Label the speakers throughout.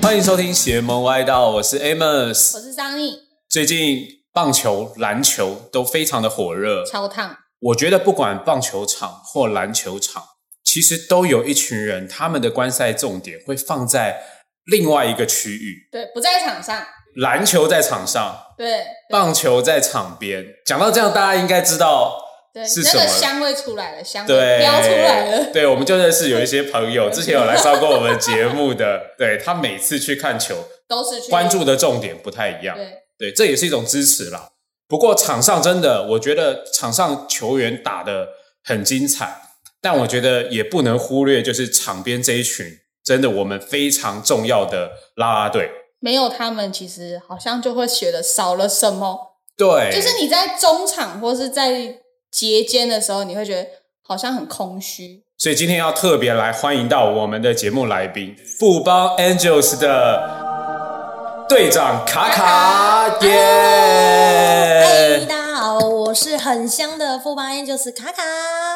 Speaker 1: 欢迎收听邪门歪道，我是 Amos。
Speaker 2: 我是张毅，
Speaker 1: 最近棒球、篮球都非常的火热，
Speaker 2: 超烫，
Speaker 1: 我觉得不管棒球场或篮球场，其实都有一群人，他们的观赛重点会放在另外一个区域。
Speaker 2: 对，不在场上，
Speaker 1: 篮球在场上，
Speaker 2: 对
Speaker 1: 棒球在场边。讲到这样，大家应该知道，
Speaker 2: 对
Speaker 1: 是，
Speaker 2: 那
Speaker 1: 什么
Speaker 2: 个香味出来了，香味
Speaker 1: 对，
Speaker 2: 飙出来了，
Speaker 1: 对，我们就认识有一些朋友，之前有来上过我们节目的，对他每次去看球，
Speaker 2: 都是去
Speaker 1: 关注的重点不太一样。
Speaker 2: 对
Speaker 1: 对，这也是一种支持啦。不过场上真的，我觉得场上球员打得很精彩，但我觉得也不能忽略，就是场边这一群真的我们非常重要的啦啦队。
Speaker 2: 没有他们，其实好像就会觉得少了什么。
Speaker 1: 对，
Speaker 2: 就是你在中场或是在节间的时候，你会觉得好像很空虚。
Speaker 1: 所以今天要特别来欢迎到我们的节目来宾，富邦 Angels 的队长卡卡耶。哎
Speaker 3: 嗨，大家好，我是很香的富邦 Angels 卡卡，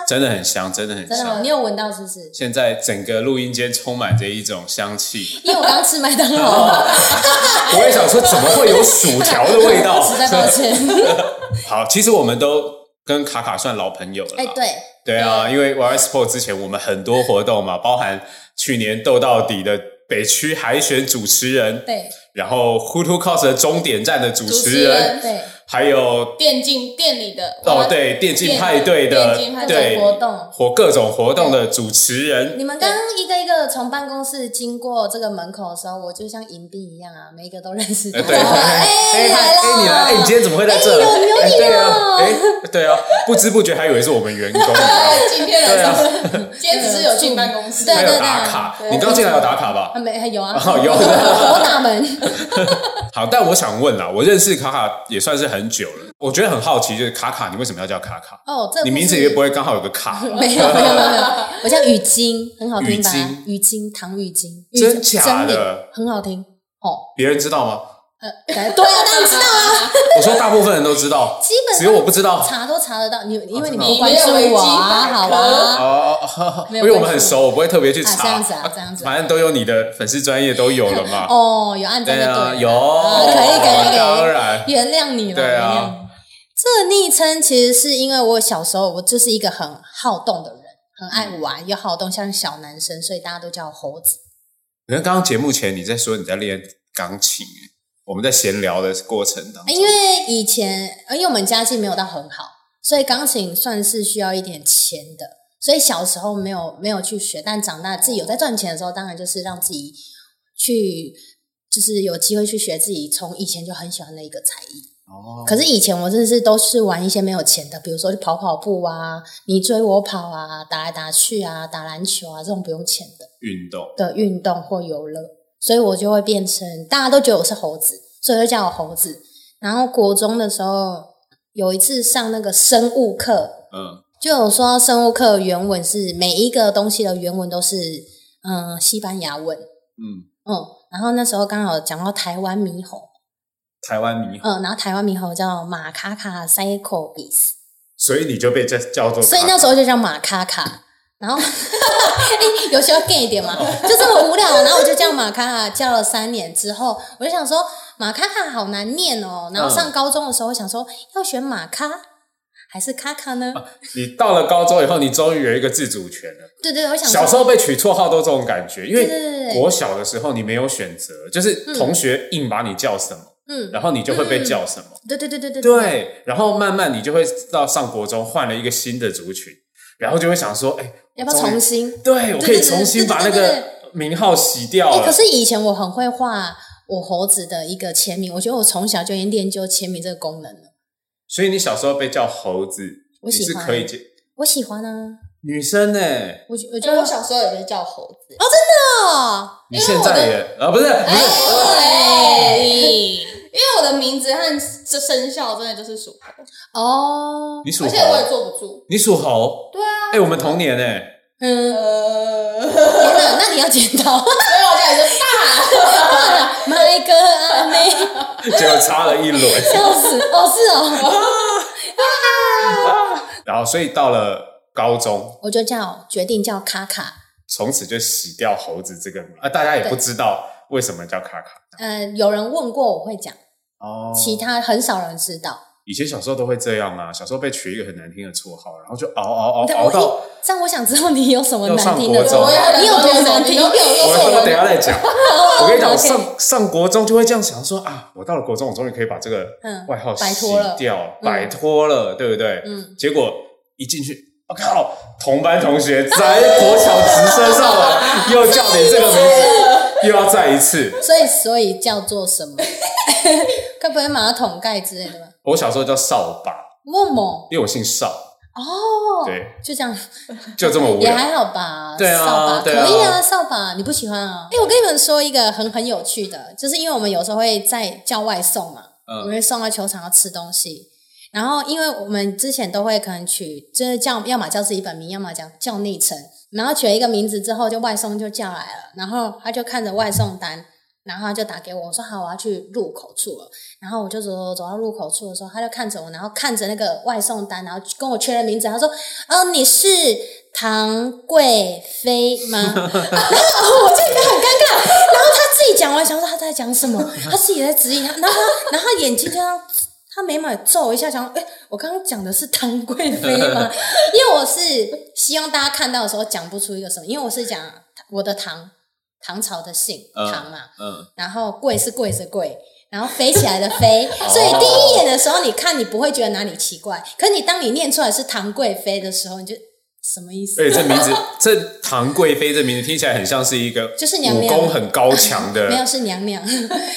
Speaker 1: 真的很香，真的很
Speaker 3: 真的吗？
Speaker 1: 香。
Speaker 3: 你有闻到是不是？
Speaker 1: 现在整个录音间充满着一种香气，
Speaker 3: 因为我刚吃麦当劳，
Speaker 1: 我也想说怎么会有薯哦条的味 道？
Speaker 3: 实在抱歉。
Speaker 1: 好，其实我们都跟卡卡算老朋友了啦。
Speaker 3: 哎，对，
Speaker 1: 对啊，因为 YS Sport 之前我们很多活动嘛，包含去年斗到底的北区海选主持人，
Speaker 3: 对，
Speaker 1: 然后 Who to Cos 的终点站的主
Speaker 2: 主
Speaker 1: 持
Speaker 2: 持
Speaker 1: 人，
Speaker 2: 人
Speaker 3: 对，
Speaker 1: 还有
Speaker 2: 电竞店里的
Speaker 3: 呃
Speaker 1: 哦对电竞派对的
Speaker 2: 电竞派
Speaker 1: 对
Speaker 2: 对
Speaker 3: 活动。
Speaker 1: 活各种活动的主持人，
Speaker 3: 你们刚刚一个一个从办公室经过这个门口的时候，我就像迎宾一样啊，每一个都认识他。
Speaker 1: 呃，对，
Speaker 3: 哇哎，
Speaker 1: 他
Speaker 3: 来了，
Speaker 1: 哎，你来，哎，你今天怎么会在这？
Speaker 3: 哎有有
Speaker 1: 哎
Speaker 3: 你
Speaker 1: 对啊，
Speaker 3: 哦
Speaker 1: 哎，对啊，不知不觉还以为是我们员 工，你知道吗
Speaker 2: 对今天来
Speaker 1: 啊
Speaker 2: 上， 今天只是有进办公室，
Speaker 3: 对
Speaker 1: 还
Speaker 3: 对
Speaker 1: 有
Speaker 3: 对
Speaker 1: 打卡，
Speaker 3: 对
Speaker 1: 你刚进来有打卡吧
Speaker 3: 啊？没有啊，
Speaker 1: 哦有
Speaker 3: 我打门，
Speaker 1: 好，但我想问啦，我认识卡卡也算是很久了，我觉得很好奇，就是卡卡，你为什么要叫卡卡？
Speaker 3: 哦，这
Speaker 1: 你名字也不会刚好有个卡吧？
Speaker 3: 没有没有没有，没有，我叫雨晶，很好听吧
Speaker 1: 雨晶？
Speaker 3: 雨晶，唐雨晶，
Speaker 1: 真假的
Speaker 3: 真名很好听哦。
Speaker 1: 别人知道吗？
Speaker 3: 来 对啊，当然知道啊，
Speaker 1: 我说大部分人都知 道，
Speaker 3: 基本
Speaker 1: 只
Speaker 3: 上
Speaker 1: 有我不知道。哦
Speaker 3: 查都查得到。你因为你
Speaker 1: 真
Speaker 3: 们
Speaker 1: 的
Speaker 3: 不关
Speaker 2: 你没有维
Speaker 3: 注
Speaker 2: 基
Speaker 3: 我
Speaker 2: 百科
Speaker 3: 啊，好
Speaker 1: 哦
Speaker 3: 啊，
Speaker 1: 哦，哦因
Speaker 3: 没有
Speaker 1: 为我们很熟，我不会特别去查。
Speaker 3: 啊这样子啊这样子啊
Speaker 1: 反正都有你的粉丝专业都有了嘛。
Speaker 3: 哦，有按赞
Speaker 1: 对
Speaker 3: 就对
Speaker 1: 啊，
Speaker 3: 了，
Speaker 1: 有，
Speaker 3: 可以可以可以
Speaker 1: 当然，
Speaker 3: 原谅你了，
Speaker 1: 对啊
Speaker 3: 原谅你。这个昵称其实是因为我小时候我就是一个很好动的人，很爱玩又好动，像小男生，所以大家都叫我猴子。
Speaker 1: 你看刚刚节目前你在说你在练钢琴，我们在闲聊的过程当中，
Speaker 3: 因为以前，呃因为我们家境没有到很好，所以钢琴算是需要一点钱的，所以小时候没有没有去学，但长大自己有在赚钱的时候，当然就是让自己去，就是有机会去学自己从以前就很喜欢的一个才艺。
Speaker 1: 哦
Speaker 3: 可是以前我真的是都是玩一些没有钱的，比如说跑跑步啊，你追我跑啊，打来打去啊，打篮球啊这种不用钱的。
Speaker 1: 运动
Speaker 3: 的运动或游乐，所以我就会变成大家都觉得我是猴子，所以就叫我猴子。然后国中的时候，有一次上那个生物课，
Speaker 1: 嗯，
Speaker 3: 就有说到生物课原文是每一个东西的原文都是嗯西班牙文，
Speaker 1: 嗯，
Speaker 3: 嗯，然后那时候刚好讲到台湾猕猴，
Speaker 1: 台湾猕猴，
Speaker 3: 嗯，然后台湾猕猴叫马卡卡塞 y c o b i s
Speaker 1: 所以你就被叫叫做卡卡，
Speaker 3: 所以那时候就叫马卡卡。然 后，哎、有需要 gay 一点嘛，
Speaker 1: 哦
Speaker 3: 就这么无聊。然后我就叫马卡卡叫了三年之后，我就想说马卡卡好难念哦。
Speaker 1: 嗯
Speaker 3: 然后上高中的时候，我想说要选马卡还是卡卡呢？
Speaker 1: 你到了高中以后，你终于有一个自主权了。
Speaker 3: 对对，我想
Speaker 1: 小时
Speaker 3: 说
Speaker 1: 候被取绰号都这种感觉，因
Speaker 3: 对对
Speaker 1: 为
Speaker 3: 对
Speaker 1: 国小的时候你没有选择，就是同学硬把你叫什么，
Speaker 3: 嗯，
Speaker 1: 然后你就会被叫什么。
Speaker 3: 对对对对对，
Speaker 1: 对，然后慢慢你就会到上国中换了一个新的族群，然后就会想说，哎，
Speaker 3: 要不要重？新？
Speaker 1: 对，我可以
Speaker 3: 对对对
Speaker 1: 重新把那
Speaker 3: 对对对
Speaker 1: 个名号洗掉
Speaker 3: 哎、
Speaker 1: 了
Speaker 3: 可。是以前我很会画我猴子的一个签名，我觉得我从小就已经练就签名这个功能了。
Speaker 1: 所以你小时候被叫猴子，
Speaker 3: 我
Speaker 1: 你
Speaker 3: 喜
Speaker 1: 是
Speaker 3: 欢
Speaker 1: 可以接
Speaker 3: 我喜欢啊，
Speaker 1: 女生呢？
Speaker 3: 我觉我觉
Speaker 2: 就
Speaker 3: 得
Speaker 2: 哎我小时候也被叫猴子，
Speaker 3: 哦，
Speaker 1: 你现在也啊，不是不
Speaker 3: 哎
Speaker 1: 是，
Speaker 2: 对，因为我的名字和这生肖真的就是属猴，
Speaker 3: 哦，
Speaker 1: 你属
Speaker 2: 而且我
Speaker 1: 猴，
Speaker 2: 也坐不住。
Speaker 1: 你属猴，
Speaker 2: 对啊，
Speaker 1: 哎，我们同年哎。
Speaker 3: 嗯。
Speaker 2: 呃，
Speaker 3: 天哪，那你要剪刀，
Speaker 2: 所以我家里就大，
Speaker 3: 哦麦哥阿妹，
Speaker 1: 结果差了一轮，
Speaker 3: 笑死！哦，是哦，
Speaker 1: 然后所以到了高中，
Speaker 3: 我就叫决定叫卡卡，
Speaker 1: 从此就洗掉猴子这个名啊，大家也不知道道为什么叫卡卡。
Speaker 3: 呃，有人问过我会讲，
Speaker 1: 哦
Speaker 3: 其他很少人知道。
Speaker 1: 以前小时候都会这样啊，小时候被取一个很难听的绰号，然后就熬熬熬
Speaker 3: 但
Speaker 1: 熬
Speaker 3: 我
Speaker 1: 哦到
Speaker 3: 一这样，我想知道你有什么难听的
Speaker 1: 要上国
Speaker 3: 词
Speaker 1: 中
Speaker 3: 汇，你有多难
Speaker 2: 你
Speaker 3: 听？
Speaker 2: 都没有
Speaker 1: 我
Speaker 2: 用
Speaker 1: 我
Speaker 2: 错
Speaker 1: 我等一
Speaker 2: 人，
Speaker 1: 下再 讲。我跟你讲，我
Speaker 3: 哦 OK
Speaker 1: 上上国中就会这样想说啊，我到了国中，我终于可以把这个
Speaker 3: 嗯
Speaker 1: 外号
Speaker 3: 摆
Speaker 1: 洗
Speaker 3: 脱了
Speaker 1: 掉，
Speaker 3: 嗯
Speaker 1: 摆脱了，对不对？
Speaker 3: 嗯，
Speaker 1: 结果一进去，我、靠，同班同学在国小直升上来，又叫你这个名 字，又要再一次。
Speaker 3: 所以所以叫做 什么？该不会马桶盖之类的吧？
Speaker 1: 我小时候叫扫把，
Speaker 3: 默默
Speaker 1: 因为我姓邵，
Speaker 3: 哦，
Speaker 1: 对，
Speaker 3: 就这样，
Speaker 1: 就这么无
Speaker 3: 也
Speaker 1: 聊。
Speaker 3: 还好吧。
Speaker 1: 对啊
Speaker 3: 扫把
Speaker 1: 对啊
Speaker 3: 可以啊，扫把你不喜欢啊？哎，我跟你们说一个很很有趣的，就是因为我们有时候会在叫外送嘛，我
Speaker 1: 嗯
Speaker 3: 们会送到球场要吃东西。然后，因为我们之前都会可能取，就是叫，要么叫自己本名，要么叫叫昵称。然后取了一个名字之后，就外送就叫来了，然后他就看着外送单，然后他就打给我，我说好，我要去入口处了。然后我就走走走到入口处的时候，他就看着我，然后看着那个外送单，然后跟我确认名字，他说：“哦，你是唐贵妃吗？” 然后我就觉得很尴尬。然后他自己讲完，想说他在讲什么，他自己在指引他，然后他然后他眼睛就这样。他眉毛也皱一下，想说：“哎、我刚刚讲的是唐贵妃吗？” 因为我是希望大家看到的时候讲不出一个什么，因为我是讲我的唐唐朝的姓
Speaker 1: 嗯
Speaker 3: 唐嘛，
Speaker 1: 嗯，
Speaker 3: 然后贵是贵是贵，然后飞起来的飞，
Speaker 1: 哦
Speaker 3: 所以第一眼的时候你看你不会觉得哪里奇怪，可你当你念出来是唐贵妃的时候，你就什么意思？
Speaker 1: 而且这名字，这唐贵妃这名字听起来很像是一个
Speaker 3: 就是娘
Speaker 1: 武
Speaker 3: 娘
Speaker 1: 功很高强的，
Speaker 3: 没有是 娘娘，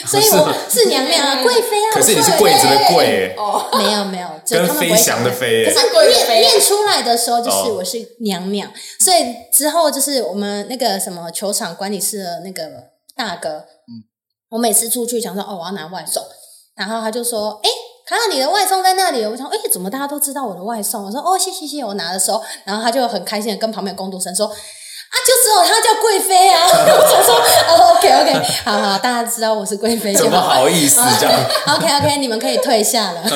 Speaker 3: 所以我是娘娘啊，贵妃啊，
Speaker 1: 可是你是
Speaker 3: 我说
Speaker 1: 贵
Speaker 3: 了
Speaker 1: 子 的贵、欸，
Speaker 2: 哦，
Speaker 3: 没有没有，就
Speaker 1: 跟
Speaker 3: 他们不
Speaker 1: 飞
Speaker 3: 会
Speaker 1: 翔的
Speaker 3: 讲
Speaker 1: 飞、
Speaker 3: 可
Speaker 1: 欸，
Speaker 3: 是
Speaker 2: 贵妃
Speaker 3: 念念出来的时候，就是
Speaker 1: 哦
Speaker 3: 我是娘娘，所以之后就是我们那个什么球场管理室的那个大哥，
Speaker 1: 嗯
Speaker 3: 我每次出去想说哦，我要拿外送，然后他就说，哎、卡卡，你的外送在那里。我想，哎、怎么大家都知道我的外送？我说，哦，谢谢谢谢。我拿的时候，然后他就很开心的跟旁边的工读生说，啊，就只有他叫贵妃啊。 我想说，哦，OK OK，好好，大家知道我是贵妃就
Speaker 1: 怎么好意思这样？
Speaker 3: OK OK，你们可以退下了，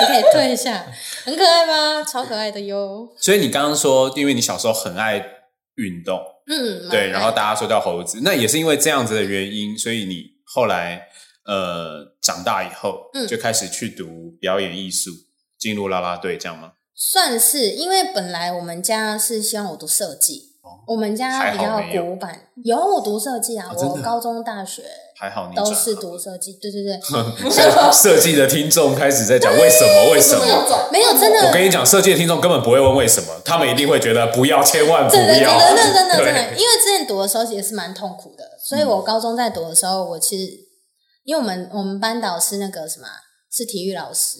Speaker 3: 你可以退下，很可爱吧？超可爱的哟。
Speaker 1: 所以你刚刚说，因为你小时候很爱运动，
Speaker 3: 嗯，
Speaker 1: 对，
Speaker 3: 蛮可爱
Speaker 1: 然后大家说叫猴子，那也是因为这样子的原因，所以你后来呃长大以后，
Speaker 3: 嗯
Speaker 1: 就开始去读表演艺术，进入啦啦队，这样吗？
Speaker 3: 算是，因为本来我们家是希望我读设计，我们家比较古板，有我读设计啊，
Speaker 1: 哦真的
Speaker 3: 我高中、大学
Speaker 1: 还好你
Speaker 3: 都
Speaker 1: 转
Speaker 3: 是
Speaker 1: 行
Speaker 3: 读设计，对对对，
Speaker 1: 设 设计的听众开始在讲为什么为什么。
Speaker 3: 没有真
Speaker 1: 我
Speaker 3: 的。
Speaker 1: 跟你讲，设计的听众根本不会问为什么，他们一定会觉得不要，千万不
Speaker 3: 真的，真
Speaker 1: 要，
Speaker 3: 的，真的，真的，真的，
Speaker 1: 对嗯
Speaker 3: 因为之前读的时候也是蛮痛苦的，所以我高中在读的时候，我其实因为我们我们班导是那个什么啊，是体育老师，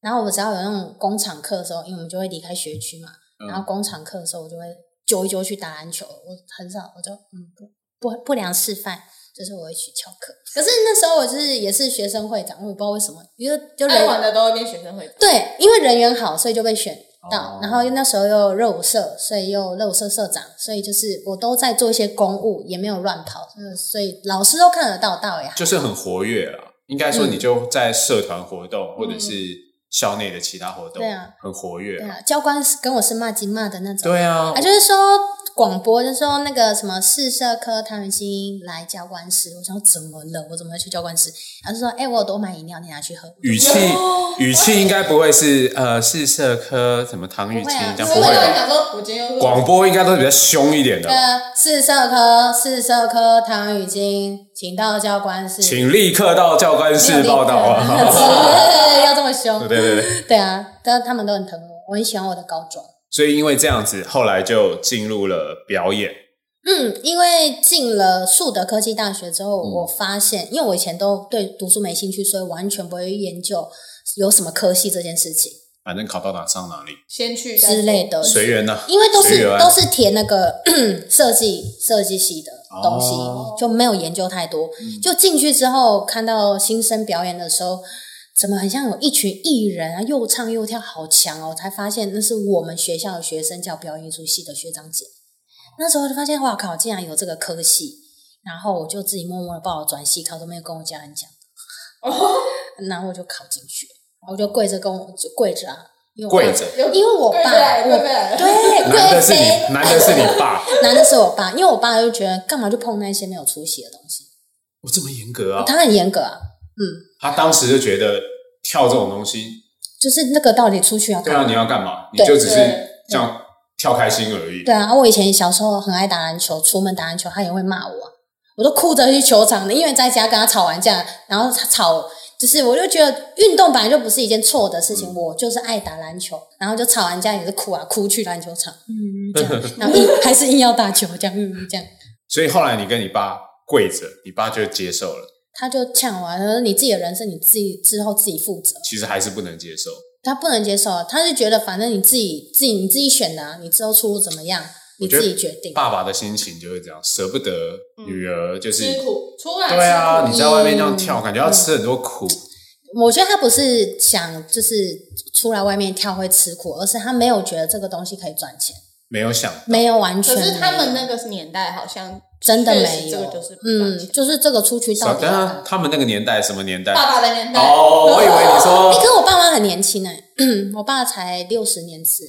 Speaker 3: 然后我只要有那种工厂课的时候，因为我们就会离开学区嘛，然后
Speaker 1: 嗯
Speaker 3: 工厂课的时候，我就会揪一揪去打篮球。我很少，我就嗯不不不良示范，就是我会去翘课。可是那时候我就是也是学生会长，我也不知道为什么，因为就
Speaker 2: 爱
Speaker 3: 人
Speaker 2: 玩的都会变学生会。
Speaker 3: 对，因为人缘好，所以就被选到。
Speaker 1: 哦
Speaker 3: 然后那时候又热舞社，所以又热舞社社长，所以就是我都在做一些公务，也没有乱跑，嗯，所以老师都看得到，倒也还好
Speaker 1: 就是很活跃啦。应该说，
Speaker 3: 嗯
Speaker 1: 你就在社团活动、或者是校内的其他活动，
Speaker 3: 对啊，
Speaker 1: 很活跃
Speaker 3: 对
Speaker 1: 啦。
Speaker 3: 啊，教官是跟我是骂鸡骂的那种。
Speaker 1: 对啊，
Speaker 3: 啊，就是说广播，就是说那个什么四社科他们新来教官室，我想说怎么了？我怎么会去教官室？他就说，哎、我有多买饮料，你拿去喝。
Speaker 1: 语气
Speaker 3: 哦
Speaker 1: 语气应该不会是呃是社科什么唐玉清这
Speaker 3: 不
Speaker 1: 样
Speaker 2: 我
Speaker 1: 不会
Speaker 3: 会啊
Speaker 2: 跟你
Speaker 1: 吧？
Speaker 2: 讲说，我今天又说
Speaker 1: 广播应该都是比较凶一点的，
Speaker 3: 呃，四社科，四社科唐雨金，请到教官室。
Speaker 1: 请立刻到教官
Speaker 3: 没有
Speaker 1: 室
Speaker 3: 立刻
Speaker 1: 报道啊！
Speaker 3: 要这么 凶
Speaker 1: 对？对对，
Speaker 3: 对啊，但他们都很疼我，我很喜欢我的高中。
Speaker 1: 所以因为这样子，后来就进入了表演，
Speaker 3: 嗯，因为进了树德科技大学之后，
Speaker 1: 嗯
Speaker 3: 我发现，因为我以前都对读书没兴趣，所以完全不会研究有什么科系这件事情
Speaker 1: 反正考到哪上哪里，
Speaker 2: 先去再
Speaker 3: 之类的。
Speaker 1: 随缘呐。
Speaker 3: 因为都
Speaker 1: 随
Speaker 3: 是
Speaker 1: 缘
Speaker 3: 都是填那个 设计设计系的东西，
Speaker 1: 哦嗯
Speaker 3: 就没有研究太多。就进去之后，看到新生表演的时候，怎么很像有一群艺人啊，又唱又跳，好强哦！才发现那是我们学校的学生叫表演艺术系的学长姐。那时候就发现，哇靠，竟然有这个科系！然后我就自己默默的报了转系考，都没有跟我家人讲。
Speaker 2: 哦
Speaker 3: 然后我就考进去，我就跪着跟我就跪着啊，因为我
Speaker 1: 跪着，
Speaker 2: 有
Speaker 3: 因为我
Speaker 2: 贵
Speaker 3: 爸
Speaker 2: 妃来，
Speaker 3: 我
Speaker 2: 贵妃来了，
Speaker 3: 对，
Speaker 1: 男
Speaker 3: 贵
Speaker 1: 的是
Speaker 3: 妃
Speaker 1: 你，男的是你爸，
Speaker 3: 男的是我爸，因为我爸就觉得干嘛就碰那些没有出息的东西，
Speaker 1: 我这么严格啊？
Speaker 3: 他很严格啊，
Speaker 1: 他当时就觉得跳这种东西，
Speaker 3: 就是那个到底出去要
Speaker 1: 对
Speaker 3: 干嘛
Speaker 1: 啊，你要干嘛？你
Speaker 3: 对嗯
Speaker 1: 就只是
Speaker 2: 对
Speaker 1: 这样跳开心而已。
Speaker 3: 对啊，啊我以前小时候很爱打篮球，出门打篮球，他也会骂我啊、我都哭着去球场的，因为在家跟他吵完架，然后吵，就是我就觉得运动本来就不是一件错的事情，
Speaker 1: 嗯
Speaker 3: 我就是爱打篮球，然后就吵完架也是哭啊，哭去篮球场，嗯，这样，
Speaker 1: 嗯
Speaker 3: 然后硬还是硬要打球，这样，嗯，这样，
Speaker 1: 所以后来你跟你爸跪着，你爸就接受了，
Speaker 3: 他就呛我啊，他说你自己的人生你自己之后自己负责，
Speaker 1: 其实还是不能接受。
Speaker 3: 他不能接受啊，他是觉得反正你自己自己你自己选的、啊，你之后出路怎么样
Speaker 1: 我
Speaker 3: 你
Speaker 1: 觉得
Speaker 3: 自己决定，
Speaker 1: 爸爸的心情就会这样，舍不得
Speaker 3: 嗯
Speaker 1: 女儿，就是、
Speaker 2: 吃苦出来吃苦，
Speaker 1: 对啊，你在外面这样跳，
Speaker 3: 嗯
Speaker 1: 感觉要吃很多苦。
Speaker 3: 我觉得他不是想就是出来外面跳会吃苦，而是他没有觉得这个东西可以赚钱，
Speaker 1: 没有想，
Speaker 3: 没有完全
Speaker 2: 可
Speaker 3: 没有。
Speaker 2: 是他们那个年代好像
Speaker 3: 真的
Speaker 2: 确
Speaker 3: 没
Speaker 2: 实
Speaker 3: 有，
Speaker 2: 这个就是不赚
Speaker 3: 嗯，
Speaker 2: 钱
Speaker 3: 就是这个出去到底
Speaker 1: 当
Speaker 3: 要干
Speaker 1: 然
Speaker 3: 嘛。
Speaker 1: 他们那个年代什么年代？
Speaker 2: 爸爸的年代
Speaker 1: 哦，我以为你
Speaker 3: 哎、 可
Speaker 1: 说
Speaker 3: 是我爸妈很年轻哎、 我爸才六十年次，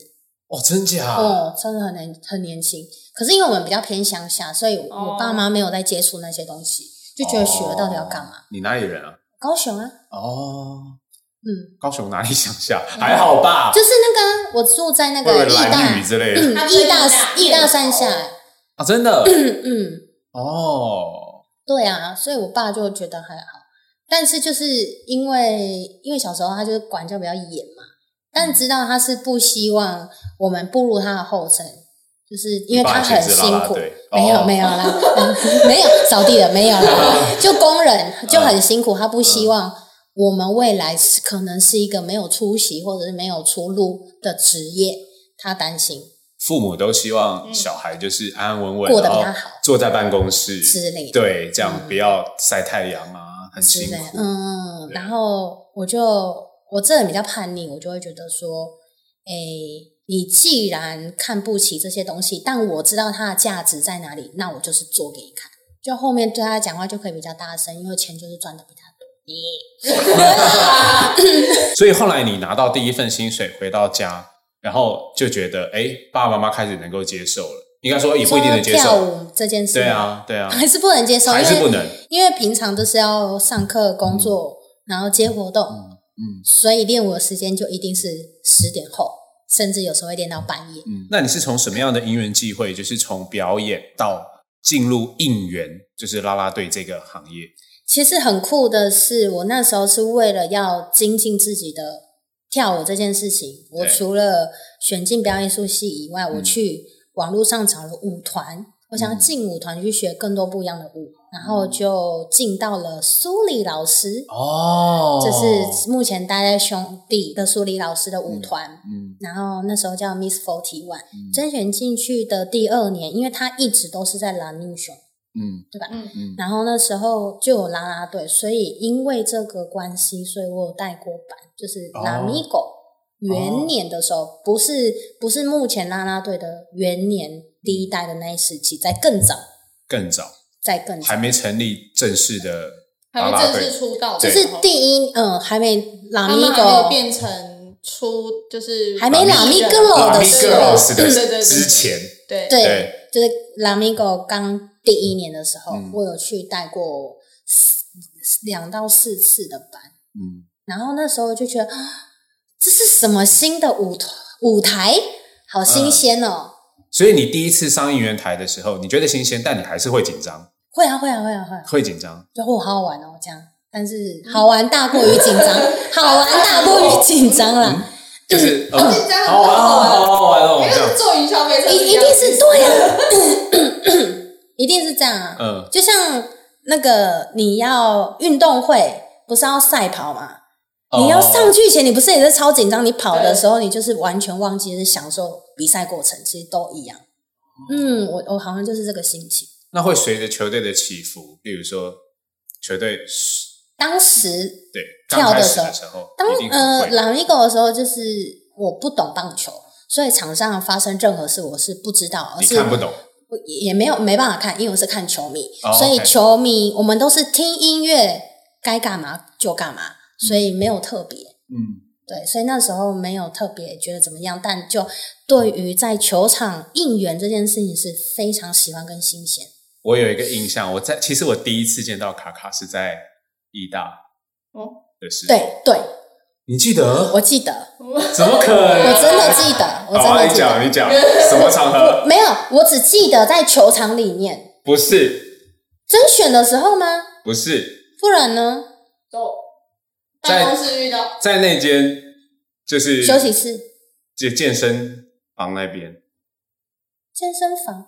Speaker 1: 哦，真假？
Speaker 3: 哦，真的很年很年轻。可是因为我们比较偏乡下，所以
Speaker 2: 哦
Speaker 3: 我爸妈没有在接触那些东西，就觉得学了到底要干嘛？
Speaker 1: 哦你哪里人啊？
Speaker 3: 高雄啊，
Speaker 1: 哦，
Speaker 3: 嗯，
Speaker 1: 高雄哪里乡下？还好吧，
Speaker 3: 就是那个我住在那
Speaker 1: 会不
Speaker 3: 个
Speaker 1: 会
Speaker 3: 义大
Speaker 1: 蓝雨，之类的
Speaker 3: 嗯
Speaker 2: 他，
Speaker 3: 义
Speaker 2: 在义大
Speaker 3: 大义大山下、
Speaker 1: 啊？真的
Speaker 3: 嗯嗯。
Speaker 1: 哦，
Speaker 3: 对啊，所以我爸就觉得还好，但是就是因为因为小时候他就是管教比较严嘛，但知道他是不希望我们步入他的后尘，就是因为他很辛
Speaker 1: 你爸以前是啦啦
Speaker 3: 苦，
Speaker 1: 队
Speaker 3: 没有
Speaker 1: 哦
Speaker 3: 没有啦，嗯没有扫地的没有 啦，就工人就很辛苦，他不希望
Speaker 1: 嗯
Speaker 3: 我们未来是可能是一个没有出息或者是没有出路的职业，他担心
Speaker 1: 父母都希望小孩就是安安稳稳，
Speaker 3: 过得比他
Speaker 1: 然后
Speaker 3: 好
Speaker 1: 坐在办公室，
Speaker 3: 之类的。
Speaker 1: 对，这样
Speaker 3: 嗯
Speaker 1: 不要晒太阳啊，很
Speaker 3: 之
Speaker 1: 辛
Speaker 3: 类，
Speaker 1: 苦。
Speaker 3: 嗯，
Speaker 1: 对
Speaker 3: 然后我就我这人比较叛逆，我就会觉得说，诶，你既然看不起这些东西，但我知道它的价值在哪里，那我就是做给你看。就后面对他讲话就可以比较大声，因为钱就是赚的比他多。
Speaker 1: 所以后来你拿到第一份薪水回到家，然后就觉得，哎，爸爸妈妈开始能够接受了，应该说也不一定能接
Speaker 3: 跳
Speaker 1: 受，
Speaker 3: 舞这件事，
Speaker 1: 对，啊， 对啊，
Speaker 3: 还是不能接受，
Speaker 1: 还是
Speaker 3: 因为
Speaker 1: 不能，
Speaker 3: 因为平常都是要上课、工作，然后接活动，
Speaker 1: 嗯
Speaker 3: 所以练舞的时间就一定是十点后，甚至有时候会练到半夜。
Speaker 1: 嗯。那你是从什么样的因缘际会，就是从表演到进入应援，就是啦啦队这个行业？
Speaker 3: 其实很酷的是，我那时候是为了要精进自己的跳舞这件事情，我
Speaker 1: 对
Speaker 3: 除了选进表演艺术系以外，我
Speaker 1: 嗯
Speaker 3: 去网络上找了舞团，我想要进舞团去学更多不一样的舞，然后
Speaker 1: 嗯
Speaker 3: 就进到了苏里老师，
Speaker 1: 哦
Speaker 3: 就是目前待在兄弟的苏里老师的舞团。
Speaker 1: 嗯
Speaker 3: 然后那时候叫 Miss Forty One，、甄选进去的第二年，因为他一直都是在蓝女熊，
Speaker 1: 嗯
Speaker 3: 对吧？
Speaker 2: 嗯
Speaker 1: 嗯
Speaker 3: 然后那时候就有啦啦队，所以因为这个关系，所以我有带过班，就是
Speaker 1: 哦
Speaker 3: 拉米狗元年的时候，不是不是目前啦啦队的元年
Speaker 1: 嗯
Speaker 3: 第一代的那一时期，在更早，
Speaker 1: 更早
Speaker 3: 在更早
Speaker 1: 还，没成立正式的
Speaker 2: 还
Speaker 1: 啦
Speaker 2: 没
Speaker 1: 啦
Speaker 2: 正
Speaker 1: 队
Speaker 2: 式出道的
Speaker 1: 对
Speaker 3: 就
Speaker 2: 时
Speaker 3: 是
Speaker 2: 候，
Speaker 3: 第一，嗯，还没拉
Speaker 2: 他
Speaker 3: 米
Speaker 2: 们还没有
Speaker 3: 狗，
Speaker 2: 变成出就是
Speaker 3: 还没拉米
Speaker 1: 拉
Speaker 3: 狗的
Speaker 1: 米
Speaker 3: 时
Speaker 1: girls 的
Speaker 3: 候，
Speaker 2: 对对对
Speaker 1: 之前，
Speaker 2: 对
Speaker 3: 对
Speaker 1: 对，
Speaker 3: 就是拉米狗刚第一年的时候，
Speaker 1: 嗯
Speaker 3: 我有去带过四两到四次的班。
Speaker 1: 嗯，
Speaker 3: 然后那时候就觉得啊这是什么新的舞团舞台，好新
Speaker 1: 嗯
Speaker 3: 鲜哦！
Speaker 1: 所以你第一次上应援台的时候，你觉得新鲜，但你还是会紧张，
Speaker 3: 会啊会啊会啊会啊，
Speaker 1: 会紧张。
Speaker 3: 就哦好好玩哦这样，但是好玩大过于紧张，好玩大过于紧张啦，
Speaker 1: 就是呃
Speaker 2: 紧张
Speaker 1: 好玩
Speaker 2: 好
Speaker 1: 哦，
Speaker 2: 玩
Speaker 1: 好玩好玩哦，这样
Speaker 2: 为，做营销没
Speaker 1: 嗯
Speaker 3: 一一定是对啊， 一定是这样啊，
Speaker 1: 嗯，
Speaker 3: 就像那个你要运动会不是要赛跑嘛？
Speaker 1: 哦
Speaker 3: 你要上
Speaker 1: 去，
Speaker 3: 去前，你不是也是超紧张？你跑的时候，你就是完全忘记是享受比赛过程，其实都一样。嗯，我我好像就是这个心情。
Speaker 1: 那会随着球队的起伏，例如说球队是
Speaker 3: 当时
Speaker 1: 对刚
Speaker 3: 跳的
Speaker 1: 开始的时候，
Speaker 3: 当
Speaker 1: 一定
Speaker 3: 呃
Speaker 1: 很会，
Speaker 3: 朗尼狗的时候，就是我不懂棒球，所以场上发生任何事我是不知道，而
Speaker 1: 你
Speaker 3: 是
Speaker 1: 看不懂，
Speaker 3: 我也没有没办法看，因为我是看球迷，
Speaker 1: 哦
Speaker 3: 所以
Speaker 1: OK
Speaker 3: 球迷我们都是听音乐，该干嘛就干嘛，所以没有特别。
Speaker 1: 嗯，
Speaker 3: 对，所以那时候没有特别觉得怎么样，但就对于在球场应援这件事情是非常喜欢跟新鲜。
Speaker 1: 我有一个印象，我在其实我第一次见到卡卡是在义大
Speaker 2: 哦
Speaker 1: 的时候，
Speaker 3: 对对，
Speaker 1: 你记得？
Speaker 3: 我记得，
Speaker 1: 怎么可
Speaker 3: 我
Speaker 1: 能？
Speaker 3: 真的记得，我
Speaker 1: 好、
Speaker 3: 真
Speaker 1: 啊，
Speaker 3: 的
Speaker 1: 你
Speaker 3: 记
Speaker 1: 讲，
Speaker 3: 得。
Speaker 1: 你讲，什么场 合？
Speaker 3: 没有，我只记得在球场里面
Speaker 1: 不是，
Speaker 3: 甄选的时候吗？
Speaker 1: 不是，
Speaker 3: 不然呢？
Speaker 2: 都
Speaker 1: 在
Speaker 2: 办公室遇到
Speaker 1: 在那间就是
Speaker 3: 休息室、
Speaker 1: 健健身房那边，
Speaker 3: 健身房，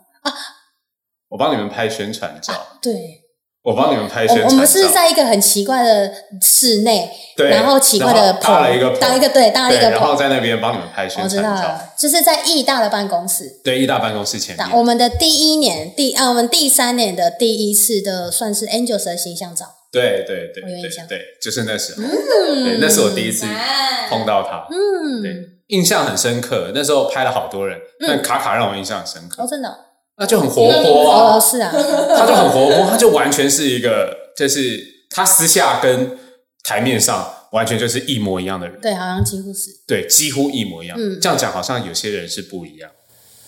Speaker 1: 我帮你们拍宣传照，
Speaker 3: 对，
Speaker 1: 我帮你们拍宣传
Speaker 3: 啊我
Speaker 1: 照。
Speaker 3: 我们是在一个很奇怪的室内，
Speaker 1: 对，
Speaker 3: 然后奇怪
Speaker 1: 然后
Speaker 3: 的棚，
Speaker 1: 搭了一个棚
Speaker 3: 搭一个对，搭了一
Speaker 1: 对，
Speaker 3: 个
Speaker 1: 然后
Speaker 3: 棚，
Speaker 1: 在那边帮你们拍宣
Speaker 3: 我知
Speaker 1: 传
Speaker 3: 道
Speaker 1: 照。
Speaker 3: 了，就是在义大的办公室。
Speaker 1: 对，义大办公室前面
Speaker 3: 那，我们的第一年第啊，我们第三年的第一次的算是 Angels 的形象照，
Speaker 1: 对对对
Speaker 3: 我有印
Speaker 1: 对
Speaker 3: 象
Speaker 1: 对，就是那时候，对
Speaker 3: 嗯，，
Speaker 1: 那是我第一次
Speaker 2: 难
Speaker 1: 碰到他，
Speaker 3: 嗯，
Speaker 1: 对，印象很深刻。那时候拍了好多人，
Speaker 3: 嗯
Speaker 1: 但卡卡让我印象很深刻
Speaker 3: 哦，，真的哦，
Speaker 1: 那就很活泼啊，
Speaker 3: 哦是啊，
Speaker 1: 他就很活泼，他就完全是一个，就是他私下跟台面上完全就是一模一样的人，
Speaker 3: 对，好像几乎是，
Speaker 1: 对，几乎一模一样。
Speaker 3: 嗯
Speaker 1: 这样讲好像有些人是不一样，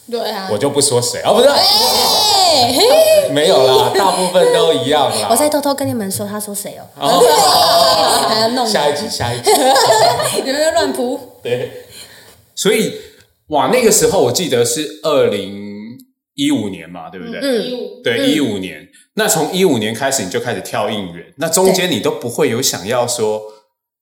Speaker 2: 对啊
Speaker 1: 我，就不说谁哦，不是，
Speaker 3: 哎嘿
Speaker 1: 没有啦，大部分都一样啦。
Speaker 3: 我在偷偷跟你们说，他说谁哦，
Speaker 1: 哦，
Speaker 3: 还要弄
Speaker 1: 下一集，下 一集。哎
Speaker 3: 你们在乱扑，
Speaker 1: 对，所以哇，那个时候我记得是二零一五年嘛，对不对？
Speaker 3: 嗯
Speaker 2: 嗯，
Speaker 1: 对，一五年。那从一五年开始，你就开始跳应援，那中间你都不会有想要说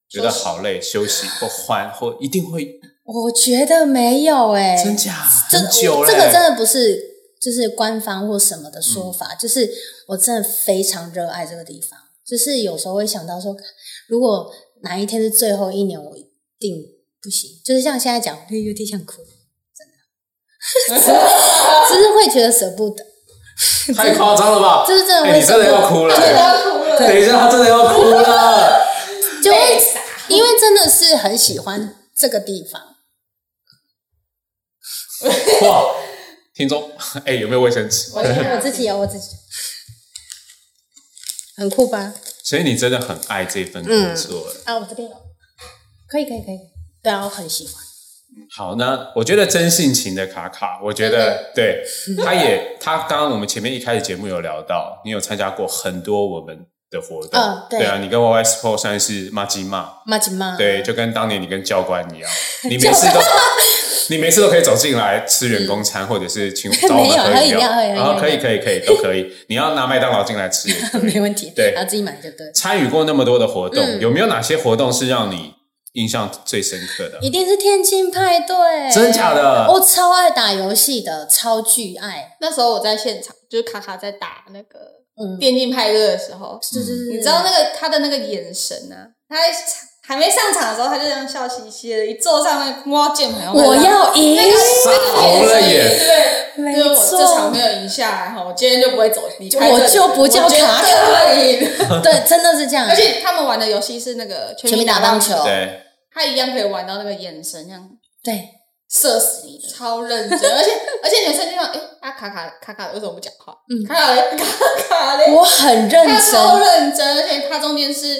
Speaker 1: 觉得好累、休息或换，或一定会
Speaker 3: 我觉得没有哎，
Speaker 1: 真假
Speaker 3: 这
Speaker 1: 很久
Speaker 3: 我
Speaker 1: 嘞。
Speaker 3: 这个真的不是就是官方或什么的说
Speaker 1: 嗯
Speaker 3: 法，就是我真的非常热爱这个地方，就是有时候会想到说，如果哪一天是最后一年，我一定不行。就是像现在讲，有有点想哭，真的，只是会觉得舍不得，
Speaker 1: 太夸张了吧？
Speaker 3: 就是真的
Speaker 1: 哎，
Speaker 3: 会
Speaker 1: 你真
Speaker 3: 舍不
Speaker 1: 的要
Speaker 3: 得，
Speaker 1: 哭了。
Speaker 3: 对
Speaker 2: 要哭了，
Speaker 1: 等一下，他真的要哭 了。
Speaker 3: 就会
Speaker 2: 哎
Speaker 3: 因为真的是很喜欢这个地方，
Speaker 1: 哇，听众，哎，有没有卫生纸？
Speaker 2: 我
Speaker 3: 我自己有我自己。很酷吧？
Speaker 1: 所以你真的很爱这份工作。哎
Speaker 3: 啊，我这边有，可以可以可以，对啊，我很喜欢。
Speaker 1: 好，那我觉得真性情的卡卡，我觉
Speaker 3: 嗯
Speaker 1: 得对，他也他刚刚我们前面一开始节目有聊到，你有参加过很多我们的活动，
Speaker 3: 嗯对嗯
Speaker 1: 啊，你跟 YY Sport 算是妈吉骂，
Speaker 3: 马吉妈，
Speaker 1: 对，就跟当年你跟教官 一样，你每次都 你每次都可以走进来吃员工餐，或者是请找我
Speaker 3: 没有
Speaker 1: 们喝饮
Speaker 3: 喝饮料
Speaker 1: 然后可
Speaker 3: 喝
Speaker 1: 以
Speaker 3: 饮料
Speaker 1: 可以可以都可以，你要拿麦当劳进来吃也可以
Speaker 3: 没。问题，
Speaker 1: 对
Speaker 3: 然后自己买就对。
Speaker 1: 参与过那么多的活动，
Speaker 3: 嗯
Speaker 1: 有没有哪些活动是让你印象最深刻的？
Speaker 3: 一定是天津派对，
Speaker 1: 真假的
Speaker 3: 我超爱打游戏的，超巨爱。
Speaker 2: 那时候我在现场，就是卡卡在打那个
Speaker 3: 嗯，
Speaker 2: 电竞派对的时候，
Speaker 3: 对对对，
Speaker 2: 你知道那个他的那个眼神啊，他还还没上场的时候，他就这样笑嘻嘻的，一坐上那个摸到键盘，然后
Speaker 3: 我
Speaker 2: 他就
Speaker 3: 要赢，
Speaker 1: 杀红了眼，
Speaker 2: 对，
Speaker 3: 没
Speaker 2: 因为我这场
Speaker 3: 错
Speaker 2: 没，有赢下来哈，我今天就不会走离开这
Speaker 3: 我
Speaker 2: 里，
Speaker 3: 就不叫
Speaker 2: 我绝对
Speaker 3: 卡
Speaker 2: 会赢。
Speaker 3: 对，真的是这样
Speaker 2: 而。且他们玩的游戏是那个全
Speaker 3: 全民
Speaker 2: 民
Speaker 3: 打
Speaker 2: 棒
Speaker 3: 棒球，，
Speaker 1: 对。
Speaker 2: 他一样可以玩到那个眼神，这样
Speaker 3: 对，
Speaker 2: 射死你，超认真。 而且而且你有瞬间说，哎，啊卡卡卡卡为什么不讲话？
Speaker 3: 嗯
Speaker 2: 卡卡嘞，卡卡嘞，
Speaker 3: 我很认
Speaker 2: 他超
Speaker 3: 真，
Speaker 2: 认真，而且他中间是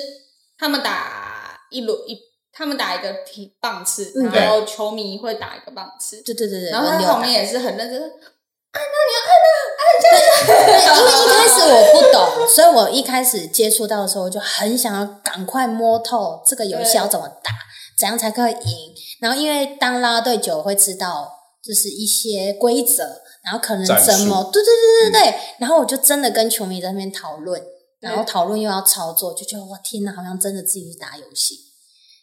Speaker 2: 他们打一轮一，他们打一个踢棒次，
Speaker 3: 嗯
Speaker 2: 然后球迷会打一个棒次，
Speaker 3: 对对对对，
Speaker 2: 然后
Speaker 3: 轮
Speaker 2: 他
Speaker 3: 流
Speaker 2: 旁
Speaker 3: 打
Speaker 2: 边也是很认真。
Speaker 3: 对，因为一开始我不懂，所以我一开始接触到的时候，我就很想要赶快摸透这个游戏要怎么打，怎样才可以赢。然后因为当啦啦队久，会知道就是一些规则，然后可能
Speaker 1: 战术
Speaker 3: 怎么，对对对对对。然后我就真的跟球迷在那边讨论，然后讨论又要操作，就觉得哇天哪，好像真的自己去打游戏。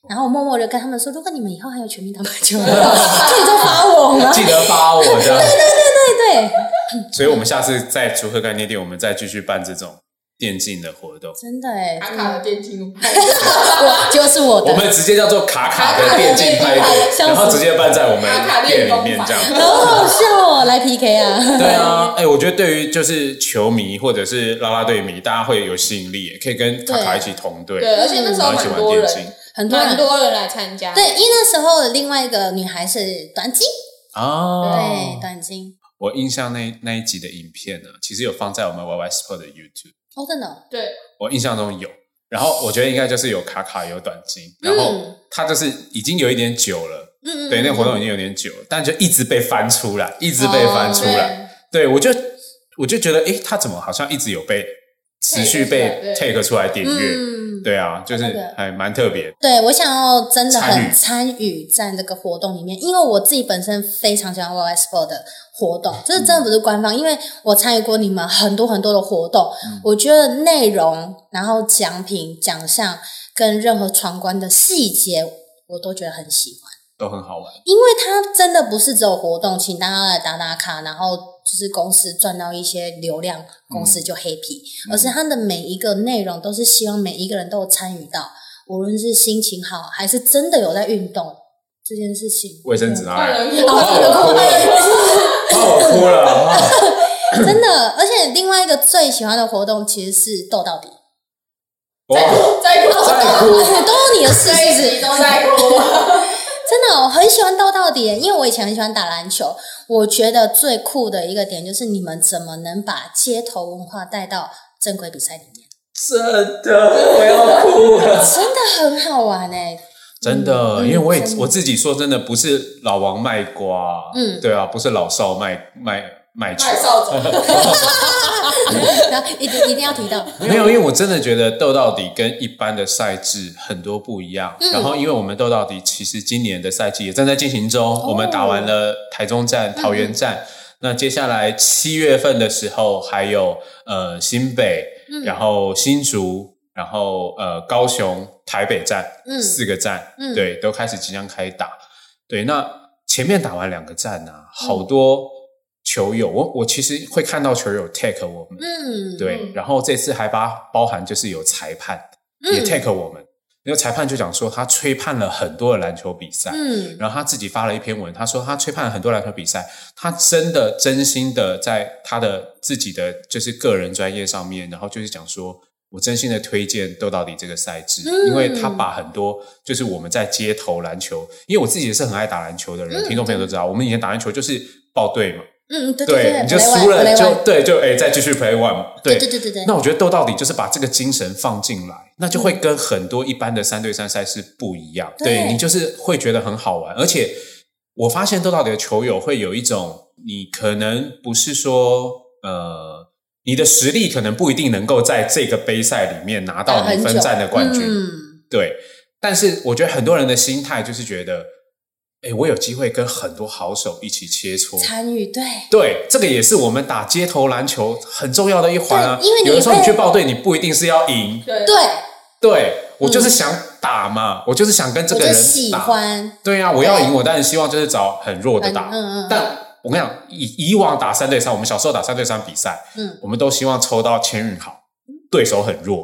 Speaker 3: 然后我默默的跟他们说，如果你们以后还有全民打棒球，可以再发我吗？
Speaker 1: 记得发我这样。
Speaker 3: 对对，
Speaker 1: 所以我们下次在竹客概念店，我们再继续办这种电竞的活动，
Speaker 3: 真的哎，
Speaker 2: 卡卡的电竞派，
Speaker 3: 我就是我的
Speaker 1: 我。们直接叫做卡卡的电竞派对，
Speaker 3: 笑死
Speaker 1: 然后直接办在我
Speaker 2: 卡卡
Speaker 1: 们
Speaker 2: 练
Speaker 1: 店里
Speaker 2: 功
Speaker 1: 面
Speaker 2: 法
Speaker 1: 这样。
Speaker 3: 好好笑哦，来 PK 啊！
Speaker 1: 对啊，哎、我觉得对于就是球迷或者是啦啦队迷，大家会有吸引力耶，可以跟卡卡一起同队，
Speaker 2: 对，而且那时
Speaker 1: 然
Speaker 2: 候
Speaker 1: 后一起
Speaker 2: 蛮
Speaker 1: 玩
Speaker 2: 多
Speaker 1: 电
Speaker 2: 人，
Speaker 1: 竞
Speaker 3: 很多
Speaker 2: 蛮
Speaker 3: 人
Speaker 2: 多人来参加。
Speaker 3: 对，因为那时候另外一个女孩是短金，
Speaker 1: 哦
Speaker 3: 对，。短金，我
Speaker 1: 我印象那那一集的影片呢，其实有放在我们 YY Sport 的 YouTube，
Speaker 3: 哦，真的哦，
Speaker 2: 对，
Speaker 1: 我印象中有。然后我觉得应该就是有卡卡有短金，然后
Speaker 3: 嗯
Speaker 1: 他就是已经有一点久了。
Speaker 3: 嗯嗯，
Speaker 1: 对，那个活
Speaker 3: 动哦
Speaker 1: 动已经有点久了，但就一直被翻出来，一直被翻出来。对我就我就觉得，诶，他怎么好像一直有被持续被
Speaker 3: Take 出
Speaker 1: take 出来
Speaker 3: 来
Speaker 1: 点阅？
Speaker 3: 嗯，
Speaker 1: 对啊，就是
Speaker 3: 那个
Speaker 1: 还蛮特别。
Speaker 3: 对，我想要真的
Speaker 1: 参与
Speaker 3: 很参与在这个活动里面，因为我自己本身非常喜欢 o s f o 的活动，这
Speaker 1: 嗯
Speaker 3: 真的不是官方，因为我参与过你们很多很多的活动，
Speaker 1: 嗯
Speaker 3: 我觉得内容、然后奖品、奖项跟任何闯关的细节，我都觉得很喜欢。
Speaker 1: 都很好玩，
Speaker 3: 因为它真的不是只有活动，请大家来打打卡，然后就是公司赚到一些流量，公司就 happy，、而是它的每一个内容都是希望每一个人都有参与到，无论是心情好还是真的有在运动这件事情。
Speaker 1: 卫生纸拿
Speaker 2: 快
Speaker 1: 来，
Speaker 2: 人过
Speaker 3: 哦
Speaker 2: 快人 过
Speaker 1: 哭了，哦，我哭了，哦
Speaker 3: 真的，而且另外一个最喜欢的活动其实是斗到底，
Speaker 1: 哇，
Speaker 2: 再过
Speaker 1: 哦在哭，
Speaker 3: 都有你的事
Speaker 2: 这
Speaker 3: 是
Speaker 2: 一
Speaker 3: 不
Speaker 2: 集
Speaker 3: 是？
Speaker 2: 都在过。
Speaker 3: 真的，我很喜欢斗到底耶，因为我以前很喜欢打篮球。我觉得最酷的一个点就是你们怎么能把街头文化带到正规比赛里 面，
Speaker 1: 真的，我要哭了，
Speaker 3: 真的很好玩哎。
Speaker 1: 真的，
Speaker 3: 嗯
Speaker 1: 因为我也
Speaker 3: 真的
Speaker 1: 我自己说真的，不是老王卖瓜，
Speaker 3: 嗯
Speaker 1: 对啊，不是老少卖卖卖球，
Speaker 2: 卖扫帚，
Speaker 3: 然后 一定一定要提到，
Speaker 1: 没有，因为我真的觉得斗到底跟一般的赛制很多不一样。
Speaker 3: 嗯
Speaker 1: 然后，因为我们斗到底其实今年的赛季也正在进行中，
Speaker 3: 哦
Speaker 1: 我们打完了台中
Speaker 3: 嗯
Speaker 1: 站、桃园站，那接下来七月份的时候还有呃新北，
Speaker 3: 嗯
Speaker 1: 然后新竹，然后呃高雄、台北站，
Speaker 3: 嗯
Speaker 1: 四个站，
Speaker 3: 嗯
Speaker 1: 对，都开始即将开打。对，那前面打完两个站啊，
Speaker 3: 嗯
Speaker 1: 好多球友，我我其实会看到球友 take 我们。
Speaker 3: 嗯，
Speaker 1: 对
Speaker 2: 嗯，
Speaker 1: 然后这次还把包含就是有裁判、
Speaker 3: 嗯
Speaker 1: 也 take 我们，那个裁判就讲说他吹判了很多的篮球比赛，
Speaker 3: 嗯
Speaker 1: 然后他自己发了一篇文，他说他吹判了很多篮球比赛，他真的真心的在他的自己的就是个人专业上面，然后就是讲说。我真心的推荐斗到底这个赛制，
Speaker 3: 嗯
Speaker 1: 因为他把很多就是我们在街头篮球，因为我自己也是很爱打篮球的人，
Speaker 3: 嗯
Speaker 1: 听众朋友都知道，我们以前打篮球就是报队嘛，
Speaker 3: 嗯，对对对，
Speaker 1: 你就
Speaker 3: 回来
Speaker 1: 输
Speaker 3: 回
Speaker 1: 了
Speaker 3: 来
Speaker 1: 就
Speaker 3: 玩
Speaker 1: 对，就哎、再继续 play one，
Speaker 3: 对对对对对，
Speaker 1: 那我觉得斗到底就是把这个精神放进来，那就会跟很多一般的三对三赛事不一样。
Speaker 3: 嗯对
Speaker 1: 你就是会觉得很好玩，而且我发现斗到底的球友会有一种，你可能不是说呃，你的实力可能不一定能够在这个杯赛里面拿到
Speaker 3: 打很
Speaker 1: 你
Speaker 3: 久
Speaker 1: 分站的冠军，
Speaker 3: 嗯
Speaker 1: 对。但是我觉得很多人的心态就是觉得，哎，我有机会跟很多好手一起切磋，
Speaker 3: 参与对。
Speaker 1: 对，这个也是我们打街头篮球很重要的一环啊。
Speaker 3: 对因为你
Speaker 1: 有的时候
Speaker 3: 会
Speaker 1: 你去报队，你不一定是要赢。
Speaker 2: 对
Speaker 3: 对，
Speaker 1: 对我就是想打嘛，我就是想跟这
Speaker 3: 嗯我
Speaker 1: 个
Speaker 3: 就
Speaker 1: 人
Speaker 3: 喜
Speaker 1: 打。
Speaker 3: 欢，
Speaker 1: 对啊，我要赢，我当然希望就是找很弱的打。
Speaker 3: 嗯嗯嗯
Speaker 1: 但我跟你讲，以以往打三对三，我们小时候打三对三比赛，
Speaker 3: 嗯，
Speaker 1: 我们都希望抽到签运好，对手很弱，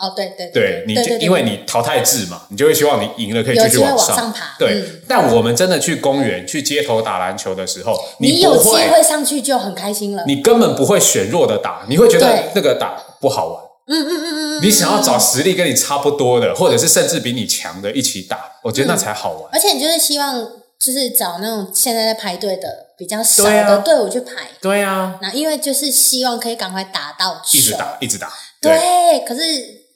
Speaker 3: 哦，对对
Speaker 1: 对你
Speaker 3: 对
Speaker 1: 就
Speaker 3: 对对
Speaker 1: 因为你淘汰制嘛，你就会希望你赢了可以
Speaker 3: 有
Speaker 1: 继续
Speaker 3: 机会
Speaker 1: 往
Speaker 3: 往
Speaker 1: 上。
Speaker 3: 上爬，
Speaker 1: 对，
Speaker 3: 嗯
Speaker 1: 但我们真的去公园、去街头打篮球的时候，
Speaker 3: 你有
Speaker 1: 不
Speaker 3: 机
Speaker 1: 会
Speaker 3: 会上去就很开心了，嗯
Speaker 1: 你根本不会选弱的打，你会觉
Speaker 3: 对
Speaker 1: 得那个打不好玩。
Speaker 3: 嗯嗯嗯嗯，
Speaker 1: 你想要找实力跟你差不多的，或者是甚至比你强的一起打，我觉得那才好玩。
Speaker 3: 而且你就是希望就是找那种现在在排队的比较少
Speaker 1: 对啊
Speaker 3: 的队伍去排，
Speaker 1: 对啊，
Speaker 3: 那、因为就是希望可以赶快打到球，
Speaker 1: 一直打，一直打。
Speaker 3: 对，可是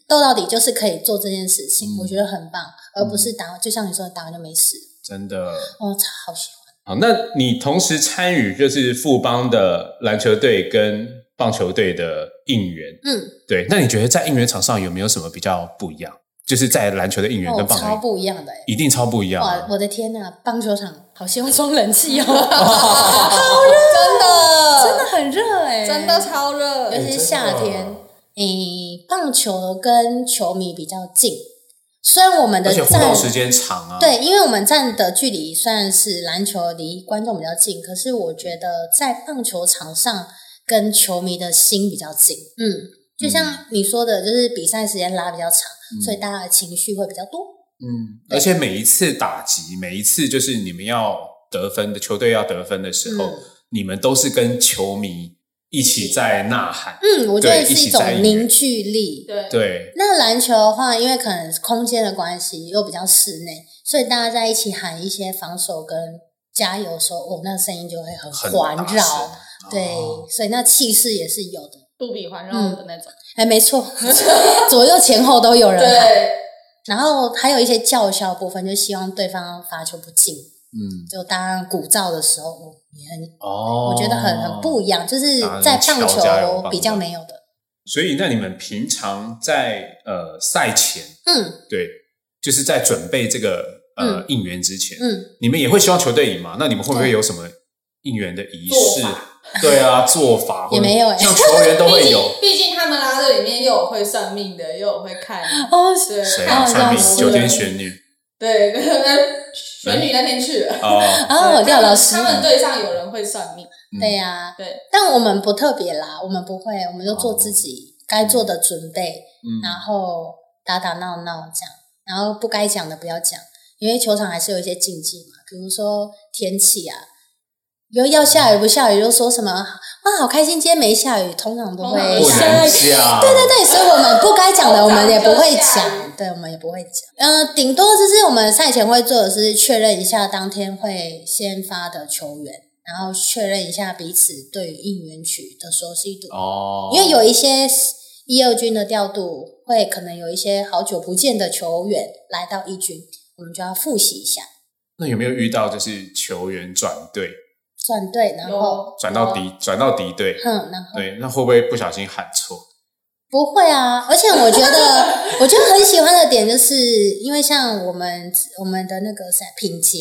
Speaker 3: 斗到底就是可以做这件事
Speaker 1: 嗯
Speaker 3: 情，我觉得很棒，而不是打，就像你说的打完就没事，
Speaker 1: 真的。
Speaker 3: 哦，超好喜
Speaker 1: 好，
Speaker 3: 欢，
Speaker 1: 那你同时参与就是富邦的篮球队跟棒球队的应援，
Speaker 3: 嗯，
Speaker 1: 对，那你觉得在应援场上有没有什么比较不一样？就是在篮球的应援跟
Speaker 3: 哦，
Speaker 1: 嗯棒球
Speaker 3: 超
Speaker 1: 应援
Speaker 3: 不一样的、欸。
Speaker 1: 一定超不一样啊、
Speaker 3: 哇，我的天呐！棒球场好希望装冷 气哦，
Speaker 2: 真的
Speaker 3: 真的很热哎、
Speaker 2: 真的超热
Speaker 3: 尤，其是夏天
Speaker 1: 真的，
Speaker 3: 诶、棒球跟球迷比较近，虽然我们
Speaker 1: 而
Speaker 3: 的
Speaker 1: 且互
Speaker 3: 站
Speaker 1: 动时间长啊。
Speaker 3: 对，因为我们站的距离虽然是篮球离观众比较近，可是我觉得在棒球场上跟球迷的心比较近。嗯，就像你说的，就是比赛时间拉比较长，所以大家的情绪会比较多。
Speaker 1: 嗯，而且每一次打击，每一次就是你们要得分的球队要得分的时候，
Speaker 3: 嗯
Speaker 1: 你们都是跟球迷一起在呐喊。
Speaker 3: 嗯，我觉
Speaker 1: 对
Speaker 3: 得是
Speaker 1: 一起
Speaker 3: 种
Speaker 1: 在意
Speaker 3: 凝聚力。
Speaker 2: 对
Speaker 1: 对，
Speaker 3: 那篮球的话，因为可能空间的关系又比较室内，所以大家在一起喊一些防守跟加油的时候，哦，那声音就会很
Speaker 1: 很
Speaker 3: 环
Speaker 1: 大声
Speaker 3: 绕。对，
Speaker 1: 哦
Speaker 3: 所以那气势也是有的。
Speaker 2: 杜比环绕的那种，
Speaker 3: 哎，没错， 左右前后都有
Speaker 2: 嗯
Speaker 3: 人喊。
Speaker 2: 对，
Speaker 3: 然后还有一些叫嚣部分，就希望对方罚球不进，
Speaker 1: 嗯，
Speaker 3: 就当然鼓噪的时候，哦也很
Speaker 1: 哦，
Speaker 3: 我觉得很很不一样，就是
Speaker 1: 打那
Speaker 3: 在
Speaker 1: 种
Speaker 3: 棒
Speaker 1: 敲加油
Speaker 3: 球
Speaker 1: 棒
Speaker 3: 比较
Speaker 1: 的
Speaker 3: 没有的。
Speaker 1: 所以，那你们平常在呃赛前，
Speaker 3: 嗯
Speaker 1: 对，就是在准备这个呃应援之前，
Speaker 3: 嗯，
Speaker 1: 你们也会希望球队赢嘛？那你们会不会
Speaker 3: 对
Speaker 1: 有什么应援的仪
Speaker 2: 做
Speaker 1: 式？对啊，做法
Speaker 3: 也没有欸
Speaker 1: 像球员都
Speaker 2: 毕
Speaker 1: 会
Speaker 2: 竟
Speaker 1: 有，
Speaker 2: 毕竟他们拉队里面又有会算命的，又有会看
Speaker 3: 哦，
Speaker 2: 对
Speaker 1: 谁
Speaker 3: 还
Speaker 1: 啊？
Speaker 3: 有
Speaker 1: 传
Speaker 3: 绕
Speaker 1: 命
Speaker 3: 膝
Speaker 1: 九天玄女
Speaker 2: 对，那那选女那天去了。
Speaker 1: 哦，
Speaker 3: 哦，
Speaker 2: 对
Speaker 3: 廖老师
Speaker 2: 他，们队上有人会算命，
Speaker 1: 嗯
Speaker 3: 对呀、
Speaker 2: 对，
Speaker 3: 但我们不特别啦，我们不会，我们就
Speaker 1: 哦
Speaker 3: 做自己该做的准备，
Speaker 1: 嗯
Speaker 3: 然后打打闹闹这样，然后不该讲的不要讲，因为球场还是有一些禁忌嘛，比如说天气啊，又要下雨不下雨，就说什么哇好开心，今天没下雨，通常都会
Speaker 1: 不
Speaker 2: 通常
Speaker 3: 下
Speaker 1: 能
Speaker 3: 雨。
Speaker 1: 讲，
Speaker 3: 对对对，所以我们不该讲的，我们也不会
Speaker 2: 通常就下雨
Speaker 3: 讲，对，我们也不会讲。嗯、顶多就是我们赛前会做的是确认一下当天会先发的球员，然后确认一下彼此对于应援曲的熟悉度，
Speaker 1: 哦，
Speaker 3: 因为有一些一二军的调度会可能有一些好久不见的球员来到一军，我们就要复习一下，
Speaker 1: 那有没有遇到就是球员转队，
Speaker 3: 算对，然后
Speaker 2: 有
Speaker 1: 转到
Speaker 3: 哦
Speaker 1: 敌转到敌队？
Speaker 3: 哼，然后
Speaker 1: 对，那会不会不小心喊错？
Speaker 3: 不会啊，而且我觉得，我觉得很喜欢的点就是，因为像我们我们的那个谁品杰，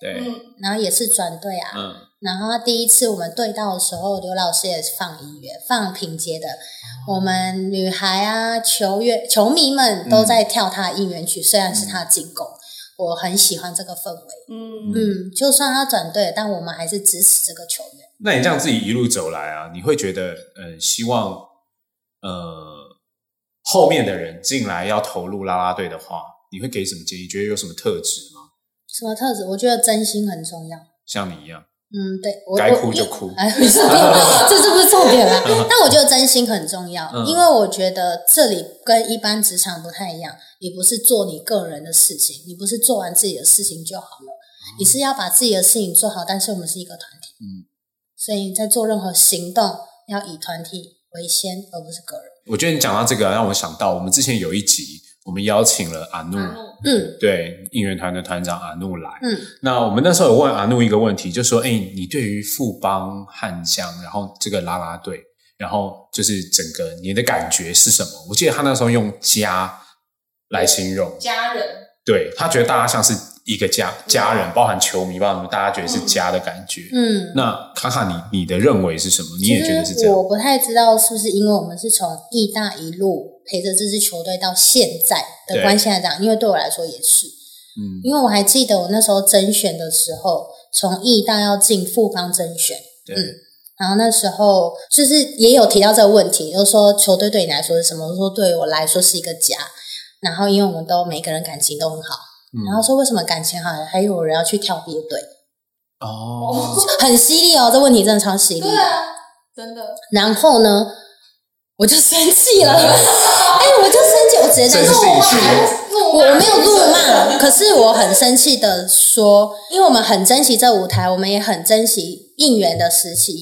Speaker 1: 对，
Speaker 2: 嗯，
Speaker 3: 然后也是转队啊，
Speaker 1: 嗯，
Speaker 3: 然后他第一次我们对到的时候，刘老师也是放音乐，放品杰的，我们女孩啊，球员球迷们都
Speaker 1: 嗯
Speaker 3: 在跳他的应援曲，虽然是他的进攻，我很喜欢这个氛围，
Speaker 2: 嗯，
Speaker 3: 嗯，就算他转队，但我们还是支持这个球员。
Speaker 1: 那你这样自己一路走来啊，你会觉得，嗯、希望，呃，后面的人进来要投入啦啦队的话，你会给什么建议？觉得有什么特质吗？
Speaker 3: 什么特质？我觉得真心很重要。
Speaker 1: 像你一样，
Speaker 3: 嗯，对，我
Speaker 1: 该
Speaker 3: 我
Speaker 1: 哭就
Speaker 3: 因
Speaker 1: 哭
Speaker 3: 哎，不是重点， 这这不是重点啦。但我觉得真心很重要，
Speaker 1: 嗯
Speaker 3: 因为我觉得这里跟一般职场不太一样，你不是做你个人的事情，你不是做完自己的事情就好了，你是要把自己的事情做好。但是我们是一个团体，
Speaker 1: 嗯，
Speaker 3: 所以在做任何行动要以团体为先，而不是个人。
Speaker 1: 我觉得你讲到这个啊，让我想到我们之前有一集，我们邀请了阿怒，
Speaker 3: 嗯
Speaker 1: 对应援团的团长阿怒来。
Speaker 3: 嗯，
Speaker 1: 那我们那时候有问阿怒一个问题，就说：“哎、你对于富邦汉江，然后这个啦啦队，然后就是整个你的感觉是什么？”我记得他那时候用家来形容，
Speaker 2: 家人，
Speaker 1: 对他觉得大家像是一个家家人，包含球迷，包含大家觉得是家的感觉。
Speaker 3: 嗯，
Speaker 1: 那卡卡你，你的认为是什么？你
Speaker 3: 其
Speaker 1: 也
Speaker 3: 实
Speaker 1: 觉得是这样？
Speaker 3: 我不太知道是不是因为我们是从义大一路陪着这支球队到现在的
Speaker 1: 对
Speaker 3: 关系来讲，因为对我来说也是，
Speaker 1: 嗯，
Speaker 3: 因为我还记得我那时候甄选的时候，从义大要进富邦甄选，
Speaker 1: 对，
Speaker 3: 然后那时候就是也有提到这个问题，就是说球队对你来说是什么？我说对我来说是一个家。然后因为我们都每个人感情都很好，
Speaker 1: 嗯
Speaker 3: 然后说为什么感情好，还有人要去跳别队，
Speaker 1: 哦，
Speaker 3: 很犀利哦，这问题真的超犀利的。
Speaker 2: 对啊，真的，
Speaker 3: 然后呢，我就生 气了，哎、我就生气，我直接这
Speaker 1: 真
Speaker 3: 样说
Speaker 1: 是
Speaker 2: 怒骂
Speaker 1: 是
Speaker 2: 怒骂，
Speaker 3: 我没有怒骂，可是我很生气的说，因为我们很珍惜这舞台，我们也很珍惜应援的时期，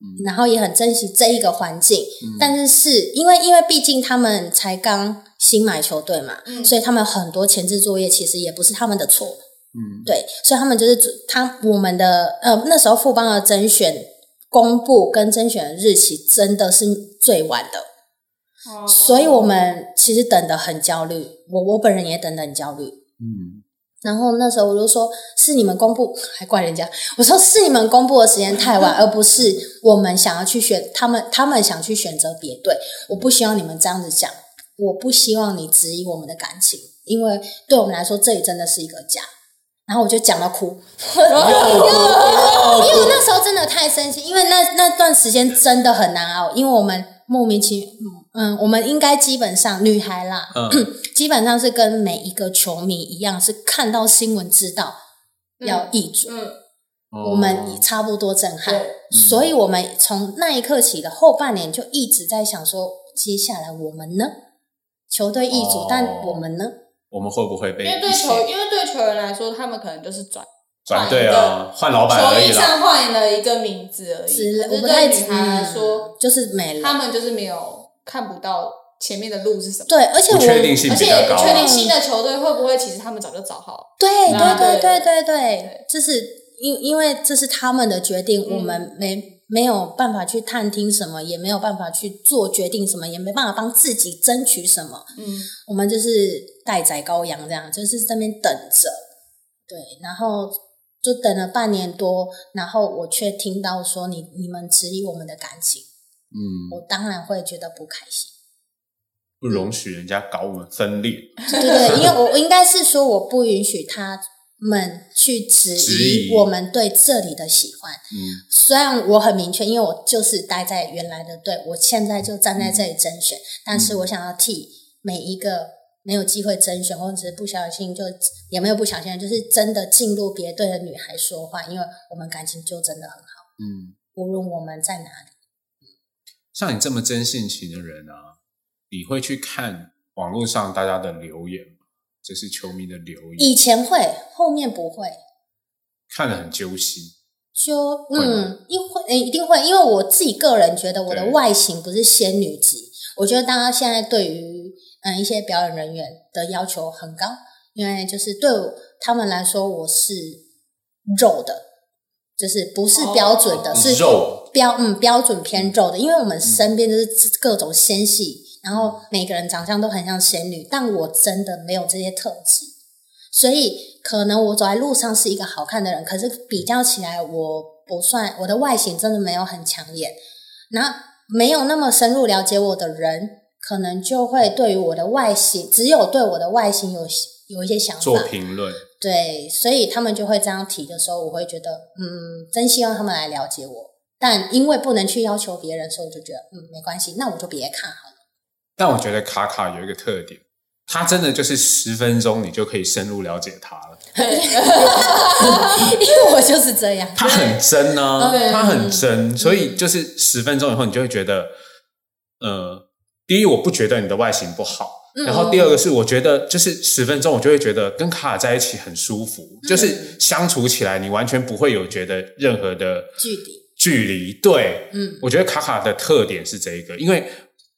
Speaker 2: 嗯
Speaker 3: 然后也很珍惜这一个环境。但是是因为，因为毕竟他们才刚新买球队嘛，
Speaker 2: 嗯
Speaker 3: 所以他们很多前置作业其实也不是他们的错，
Speaker 1: 嗯，
Speaker 3: 对，所以他们就是主他我们的呃那时候富邦的甄选公布跟甄选的日期真的是最晚的，
Speaker 2: 哦
Speaker 3: 所以我们其实等得很焦虑，我我本人也等得很焦虑。
Speaker 1: 嗯，
Speaker 3: 然后那时候我就说，是你们公布，还怪人家。我说是你们公布的时间太晚，而不是我们想要去选他们，他们想去选择别队。我不希望你们这样子讲，我不希望你质疑我们的感情，因为对我们来说，这里真的是一个家。然后我就讲到哭，
Speaker 2: 嗯
Speaker 3: 因为那时候真的太生气，因为那那段时间真的很难熬，因为我们莫名其嗯，我们应该基本上女孩啦，
Speaker 1: 嗯
Speaker 3: 基本上是跟每一个球迷一样，是看到新闻知道要易主，
Speaker 2: 嗯，
Speaker 1: 哦
Speaker 3: 我们也差不多震撼，
Speaker 2: 对
Speaker 3: 所以我们从那一刻起的后半年就一直在想说，接下来我们呢？球队易主，
Speaker 1: 哦
Speaker 3: 但我们呢？
Speaker 1: 我们会不会被
Speaker 2: 因为对
Speaker 1: 一些
Speaker 2: 球，因为对球员来说，他们可能就是转
Speaker 1: 转队啊，换老板
Speaker 2: 球
Speaker 1: 而
Speaker 2: 衣
Speaker 1: 已啦。
Speaker 2: 上换了一个名字而已，
Speaker 3: 只
Speaker 2: 可
Speaker 3: 我
Speaker 2: 是
Speaker 3: 不太
Speaker 2: 对女孩来说，
Speaker 3: 嗯就是没
Speaker 2: 他
Speaker 3: 了。
Speaker 2: 们就是没有看不到前面的路是什么，
Speaker 3: 对，而且我
Speaker 1: 不确定性
Speaker 2: 而
Speaker 1: 比
Speaker 2: 且
Speaker 1: 较
Speaker 2: 也
Speaker 1: 高
Speaker 2: 不
Speaker 1: 啊
Speaker 2: 确定新的球队会不会，其实他们早就找好了。
Speaker 3: 对
Speaker 2: 那
Speaker 3: 对对对对
Speaker 2: 对
Speaker 3: 对，就是因因为这是他们的决定，我们
Speaker 2: 嗯
Speaker 3: 没没有办法去探听什么，也没有办法去做决定什么，也没办法帮自己争取什么，
Speaker 2: 嗯，
Speaker 3: 我们就是待宰羔羊这样，就是在那边等着。对，然后就等了半年多，然后我却听到说你你们质疑我们的感情，
Speaker 1: 嗯，
Speaker 3: 我当然会觉得不开心。
Speaker 1: 不容许人家搞我们分裂，
Speaker 3: 对对，因为我我应该是说我不允许他们去质
Speaker 1: 质
Speaker 3: 疑
Speaker 1: 疑
Speaker 3: 我们对这里的喜欢。
Speaker 1: 嗯，
Speaker 3: 虽然我很明确，因为我就是待在原来的队，我现在就站在这里甄选，
Speaker 1: 嗯
Speaker 3: 但是我想要替每一个没有机会甄选，或者是不小心就也没有不小心，就是真的进入别队的女孩说话，因为我们感情就真的很好，
Speaker 1: 嗯，
Speaker 3: 无论我们在哪里。
Speaker 1: 像你这么真性情的人啊，你会去看网络上大家的留言吗？就是球迷的留
Speaker 3: 以
Speaker 1: 言，
Speaker 3: 前会，后面不会。
Speaker 1: 看了很揪心。
Speaker 3: 就
Speaker 1: 会吗
Speaker 3: 嗯，一会、诶一定会，因为我自己个人觉得我的
Speaker 1: 对
Speaker 3: 外形不是仙女级，我觉得大家现在对于嗯一些表演人员的要求很高，因为就是对我他们来说我是肉的，就是不是标准的，
Speaker 2: 哦
Speaker 3: 是
Speaker 1: 肉
Speaker 3: 标嗯标准偏肉的，因为我们身边就是各种纤细，然后每个人长相都很像仙女，但我真的没有这些特质，所以可能我走在路上是一个好看的人，可是比较起来，我不算我的外形真的没有很抢眼，那没有那么深入了解我的人，可能就会对于我的外形，只有对我的外形有有一些想
Speaker 1: 做
Speaker 3: 法，
Speaker 1: 评论，
Speaker 3: 对，所以他们就会这样提的时候，我会觉得，嗯，真希望他们来了解我。但因为不能去要求别人，所以我就觉得，嗯，没关系，那我就别看好了。
Speaker 1: 但我觉得卡卡有一个特点，他真的就是十分钟你就可以深入了解他了。
Speaker 3: 因为 我就是这样。
Speaker 1: 他很真啊，
Speaker 2: 对
Speaker 1: 他很真，所以就是十分钟以后，你就会觉得，呃，第一，我不觉得你的外形不好。
Speaker 3: 嗯
Speaker 1: 然后第二个是，我觉得就是十分钟，我就会觉得跟卡尔在一起很舒服，
Speaker 3: 嗯
Speaker 1: 就是相处起来你完全不会有觉得任何的
Speaker 3: 距离
Speaker 1: 距离。对，
Speaker 3: 嗯
Speaker 1: 我觉得卡卡的特点是这一个，因为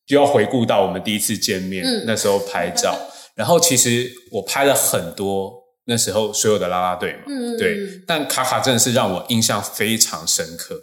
Speaker 1: 就要回顾到我们第一次见面、
Speaker 3: 嗯
Speaker 1: 那时候拍照，然后其实我拍了很多那时候所有的啦啦队嘛，
Speaker 3: 嗯
Speaker 1: 对，但卡卡真的是让我印象非常深刻，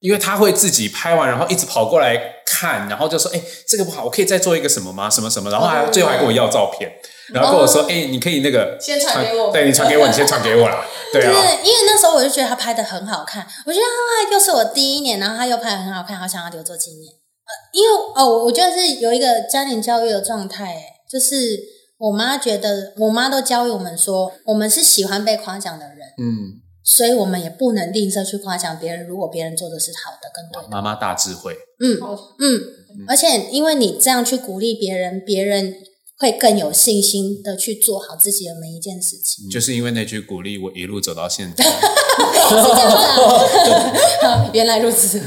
Speaker 1: 因为他会自己拍完，然后一直跑过来看，然后就说：“哎、这个不好，我可以再做一个什么吗？什么什么？”然后还、
Speaker 3: 哦
Speaker 1: 最后还跟我要照片，然后跟我说：“哎、你可以那个
Speaker 2: 先传给我
Speaker 1: 对你传给我，你先传给我啦。”对
Speaker 3: 就是因
Speaker 1: 啊，
Speaker 3: 为那时候我就觉得他拍的很好看，我觉得啊，又是我第一年，然后他又拍的很好看，好想要留作纪念。呃，因为哦，我我觉得是有一个家庭教育的状态，哎，就是我妈觉得，我妈都教育我们说，我们是喜欢被夸奖的人，
Speaker 1: 嗯，
Speaker 3: 所以我们也不能吝啬去夸奖别人。如果别人做的是好的跟对的，
Speaker 1: 妈妈大智慧，
Speaker 3: 嗯
Speaker 2: 好
Speaker 3: 嗯，而且因为你这样去鼓励别人，别人会更有信心的去做好自己的每一件事情。
Speaker 1: 就是因为那句鼓励，我一路走到现在。
Speaker 3: 是这样子啊， 原来如此，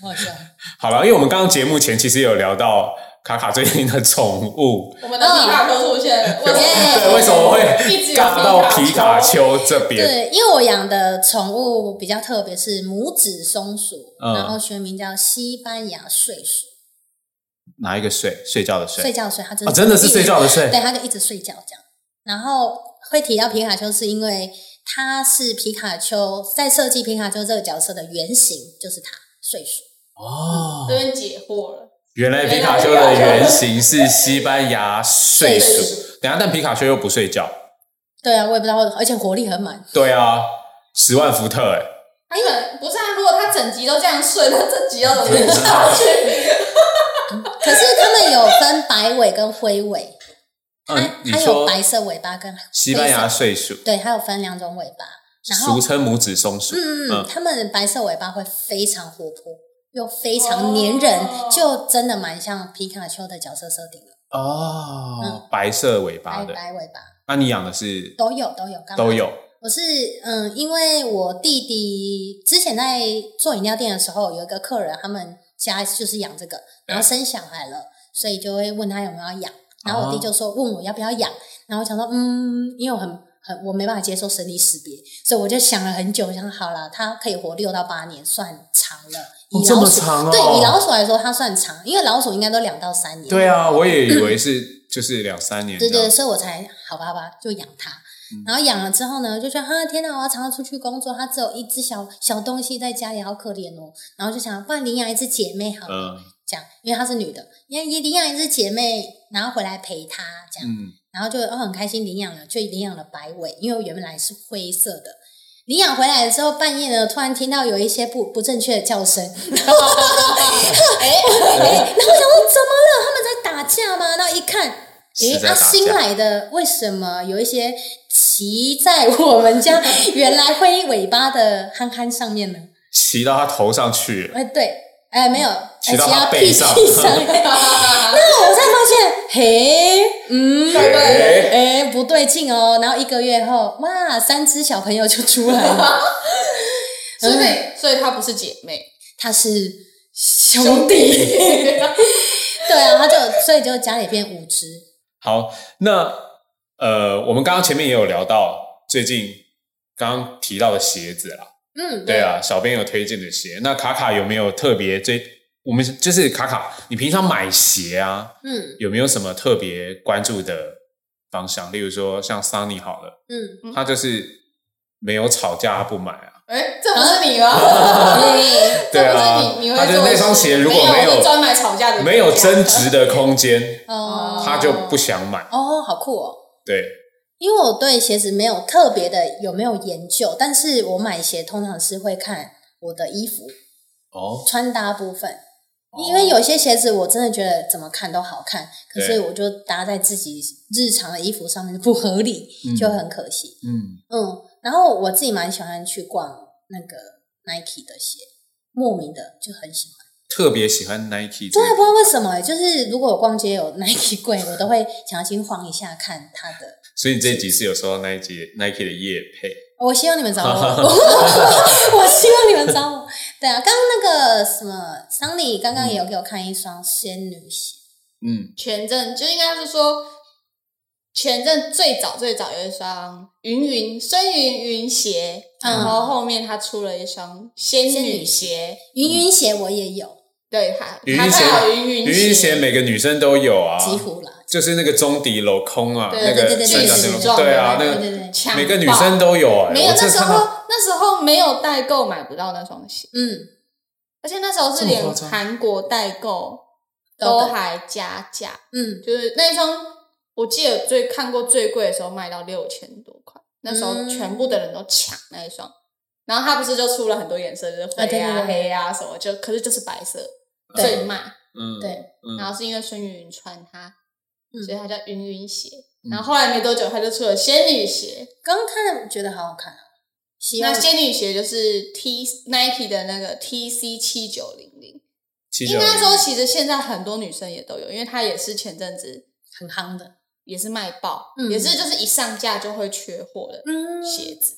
Speaker 3: 好 笑。
Speaker 1: 好了，因为我们刚刚节目前其实有聊到卡卡最近的宠物，
Speaker 2: 我们的皮卡丘出现了，我
Speaker 3: 耶
Speaker 1: 嗯对，为什么会
Speaker 2: 一直有
Speaker 1: 尬到皮卡
Speaker 2: 丘？
Speaker 1: 丘这边？
Speaker 3: 对，因为我养的宠物比较特别，是拇指松鼠，
Speaker 1: 嗯
Speaker 3: 然后学名叫西班牙睡鼠，
Speaker 1: 哪一个睡？睡觉的睡？
Speaker 3: 睡觉睡，它真
Speaker 1: 啊，
Speaker 3: 的
Speaker 1: 真的是睡觉的睡。
Speaker 3: 对，他就一直睡觉这样。然后会提到皮卡丘，是因为他是皮卡丘在设计皮卡丘这个角色的原型就是他睡鼠，
Speaker 1: 哦
Speaker 2: 这，边解惑了，
Speaker 1: 原来皮卡丘的原型是西班牙睡鼠。等一下，但皮卡丘又不睡觉。
Speaker 3: 对啊，我也不知道，而且活力 很满，
Speaker 1: 对啊，十万伏特哎、
Speaker 2: 他可能不是啊，如果他整集都这样睡，那这集要怎么演
Speaker 1: 知道
Speaker 2: 下去？
Speaker 3: 可是他们有分白尾跟灰尾，它
Speaker 1: 嗯，你
Speaker 3: 它有
Speaker 1: 说
Speaker 3: 白色尾巴跟
Speaker 1: 西班牙
Speaker 3: 黑色
Speaker 1: 睡鼠，
Speaker 3: 对，它有分两种尾巴，然后
Speaker 1: 俗称拇指松鼠。
Speaker 3: 嗯
Speaker 1: 嗯
Speaker 3: 嗯，它们白色尾巴会非常活泼。又非常粘人，
Speaker 2: 哦
Speaker 3: 就真的蛮像皮卡丘的角色设定了，
Speaker 1: 哦
Speaker 3: 嗯，
Speaker 1: 白色尾巴
Speaker 3: 白
Speaker 1: 的。
Speaker 3: 白尾巴
Speaker 1: 那你养的是
Speaker 3: 都有都有，刚好
Speaker 1: 都有
Speaker 3: 我是嗯，因为我弟弟之前在做饮料店的时候，有一个客人，他们家就是养这个，然后生小孩了，所以就会问他有没有要养。然
Speaker 1: 哦
Speaker 3: 后我弟就说问我要不要养，然后我想说嗯，因为我很很我没办法接受生理识别，所以我就想了很久，我想好了，它可以活六到八年，算长了。以
Speaker 1: 哦
Speaker 3: 老鼠、
Speaker 1: 这么长哦
Speaker 3: 对，以老鼠来说，它算长，因为老鼠应该都两到三年。
Speaker 1: 对啊，我也以为是就是两三年这
Speaker 3: 对
Speaker 1: 样。
Speaker 3: 对，所以我才好吧好吧就养它。然后养了之后呢，就觉得哈天哪，我要常常出去工作，它只有一只小小东西在家里，好可怜哦。然后就想，不然领养一只姐妹好了，
Speaker 1: 嗯
Speaker 3: 这样，因为她是女的，因为领养一只姐妹，然后回来陪她这样。
Speaker 1: 嗯，
Speaker 3: 然后就哦很开心领养了，就领养了白尾，因为我原本来是灰色的。领养回来的时候，半夜呢，突然听到有一些不不正确的叫声，
Speaker 1: 哦
Speaker 2: 哎，
Speaker 3: 哎，然后我想说怎么了？他们在打架吗？然后一看，
Speaker 1: 是
Speaker 3: 哎，
Speaker 1: 在
Speaker 3: 他、
Speaker 1: 打架
Speaker 3: 新来的为什么有一些骑在我 们家原来灰尾巴的憨憨上面呢？
Speaker 1: 骑到他头上去了，
Speaker 3: 哎，对，哎，没有，哎
Speaker 1: 骑到他
Speaker 3: 他
Speaker 1: 背
Speaker 3: 屁
Speaker 1: 上
Speaker 3: 屁上 那我才发现，嘿，嗯，
Speaker 1: 哎
Speaker 3: 哎、不对劲哦。然后一个月后，哇，三只小朋友就出来
Speaker 1: 嗯
Speaker 3: 了，嗯
Speaker 2: 所以所以她不是姐妹，
Speaker 3: 他是兄弟。 对啊，他就所以就家里变五只，
Speaker 1: 好，那呃，我们刚刚前面也有聊到最近刚刚提到的鞋子啦，
Speaker 3: 嗯，
Speaker 1: 对，啊，小编有推荐的鞋。那卡卡有没有特别最？我们就是卡卡，你平常买鞋啊，
Speaker 3: 嗯
Speaker 1: 有没有什么特别关注的方向？例如说像 Sunny 好了，
Speaker 3: 嗯，
Speaker 1: 他就是没有吵架他不买啊，
Speaker 2: 哎，这不是你吗？
Speaker 3: 对，
Speaker 1: 对
Speaker 2: 这
Speaker 1: 啊
Speaker 2: 不是你你会
Speaker 1: 他就是
Speaker 2: 做的
Speaker 1: 那双
Speaker 2: 事
Speaker 1: 鞋如果
Speaker 2: 没
Speaker 1: 没有
Speaker 2: 我专买吵架的，
Speaker 1: 没有争执的空间，
Speaker 3: 哦，
Speaker 1: 他就不想买。
Speaker 3: 哦，好酷哦。
Speaker 1: 对，
Speaker 3: 因为我对鞋子没有特别的有没有研究，但是我买鞋通常是会看我的衣服
Speaker 1: 哦，
Speaker 3: 穿搭部分，因为有些鞋子我真的觉得怎么看都好看，可
Speaker 1: 对
Speaker 3: 是我就搭在自己日常的衣服上面不合理
Speaker 1: 嗯，
Speaker 3: 就很可惜。
Speaker 1: 嗯，
Speaker 3: 嗯，然后我自己蛮喜欢去逛那个 Nike 的鞋，莫名的就很喜欢。
Speaker 1: 特别喜欢 Nike 这
Speaker 3: 真的
Speaker 2: 啊
Speaker 3: 不
Speaker 1: 个
Speaker 3: 知道为什么、欸就是如果我逛街有 Nike 柜，我都会想要去晃一下看它的。
Speaker 1: 所以你这一集是有收到 Nike Nike 的夜配，
Speaker 3: 我希望你们找我， 我我希望你们找我。对啊，刚刚那个什么桑尼刚刚也有给我看一双仙女鞋，
Speaker 1: 嗯，
Speaker 2: 前阵就应该是说，前阵最早最早有一双云云孙云云鞋，
Speaker 3: 嗯
Speaker 2: 然后后面他出了一双仙
Speaker 3: 仙
Speaker 2: 女
Speaker 3: 女
Speaker 2: 鞋，
Speaker 3: 云云鞋我也有，
Speaker 2: 对他
Speaker 1: 云
Speaker 2: 他
Speaker 1: 云鞋
Speaker 2: 才有云
Speaker 1: 云
Speaker 2: 云
Speaker 1: 云鞋每个女生都有啊，
Speaker 3: 几乎啦。
Speaker 1: 就是那个中底镂空啊，
Speaker 2: 对
Speaker 1: 那
Speaker 3: 对
Speaker 1: 个
Speaker 3: 对对
Speaker 1: 三角
Speaker 3: 巨
Speaker 1: 形
Speaker 3: 石
Speaker 1: 镂空，
Speaker 2: 状的
Speaker 1: 对啊，
Speaker 2: 那
Speaker 1: 那
Speaker 2: 个
Speaker 3: 对
Speaker 1: 个
Speaker 3: 对对，
Speaker 2: 强
Speaker 1: 每个女
Speaker 2: 爆
Speaker 1: 生都有哎，
Speaker 2: 没有
Speaker 1: 我
Speaker 2: 那
Speaker 1: 真的
Speaker 2: 时
Speaker 1: 看到
Speaker 2: 候那时候没有代购买不到那双鞋，
Speaker 3: 嗯，
Speaker 2: 而且那时候是
Speaker 1: 这么
Speaker 2: 连
Speaker 1: 夸张
Speaker 2: 韩国代购
Speaker 3: 都
Speaker 2: 都
Speaker 3: 有
Speaker 2: 还加价，
Speaker 3: 嗯，
Speaker 2: 就是那一双，我记得最看过最贵的时候卖到六千多块，那时
Speaker 3: 嗯
Speaker 2: 候全部的人都抢那一双。然后它不是就出了很多颜色，就是
Speaker 3: 啊对
Speaker 2: 灰
Speaker 3: 对
Speaker 2: 啊、
Speaker 3: 对
Speaker 2: 黑啊什么，就可是就是白色
Speaker 3: 对
Speaker 2: 最卖。
Speaker 1: 嗯
Speaker 3: 对，
Speaker 2: 然
Speaker 1: 嗯，
Speaker 2: 后是因为孙云云穿它，
Speaker 3: 嗯
Speaker 2: 所以它叫云云鞋。
Speaker 1: 嗯
Speaker 2: 然后后来没多久，它就出了仙女鞋。
Speaker 3: 刚看觉得好好看啊。希望
Speaker 2: 那仙女鞋就是 T Nike 的那个 TC 七九零零。
Speaker 1: 七九
Speaker 2: 应该说，其实现在很多女生也都有，因为它也是前阵子
Speaker 3: 很夯的，
Speaker 2: 也是卖爆，
Speaker 3: 嗯
Speaker 2: 也是就是一上架就会缺货的
Speaker 3: 嗯，
Speaker 2: 鞋子。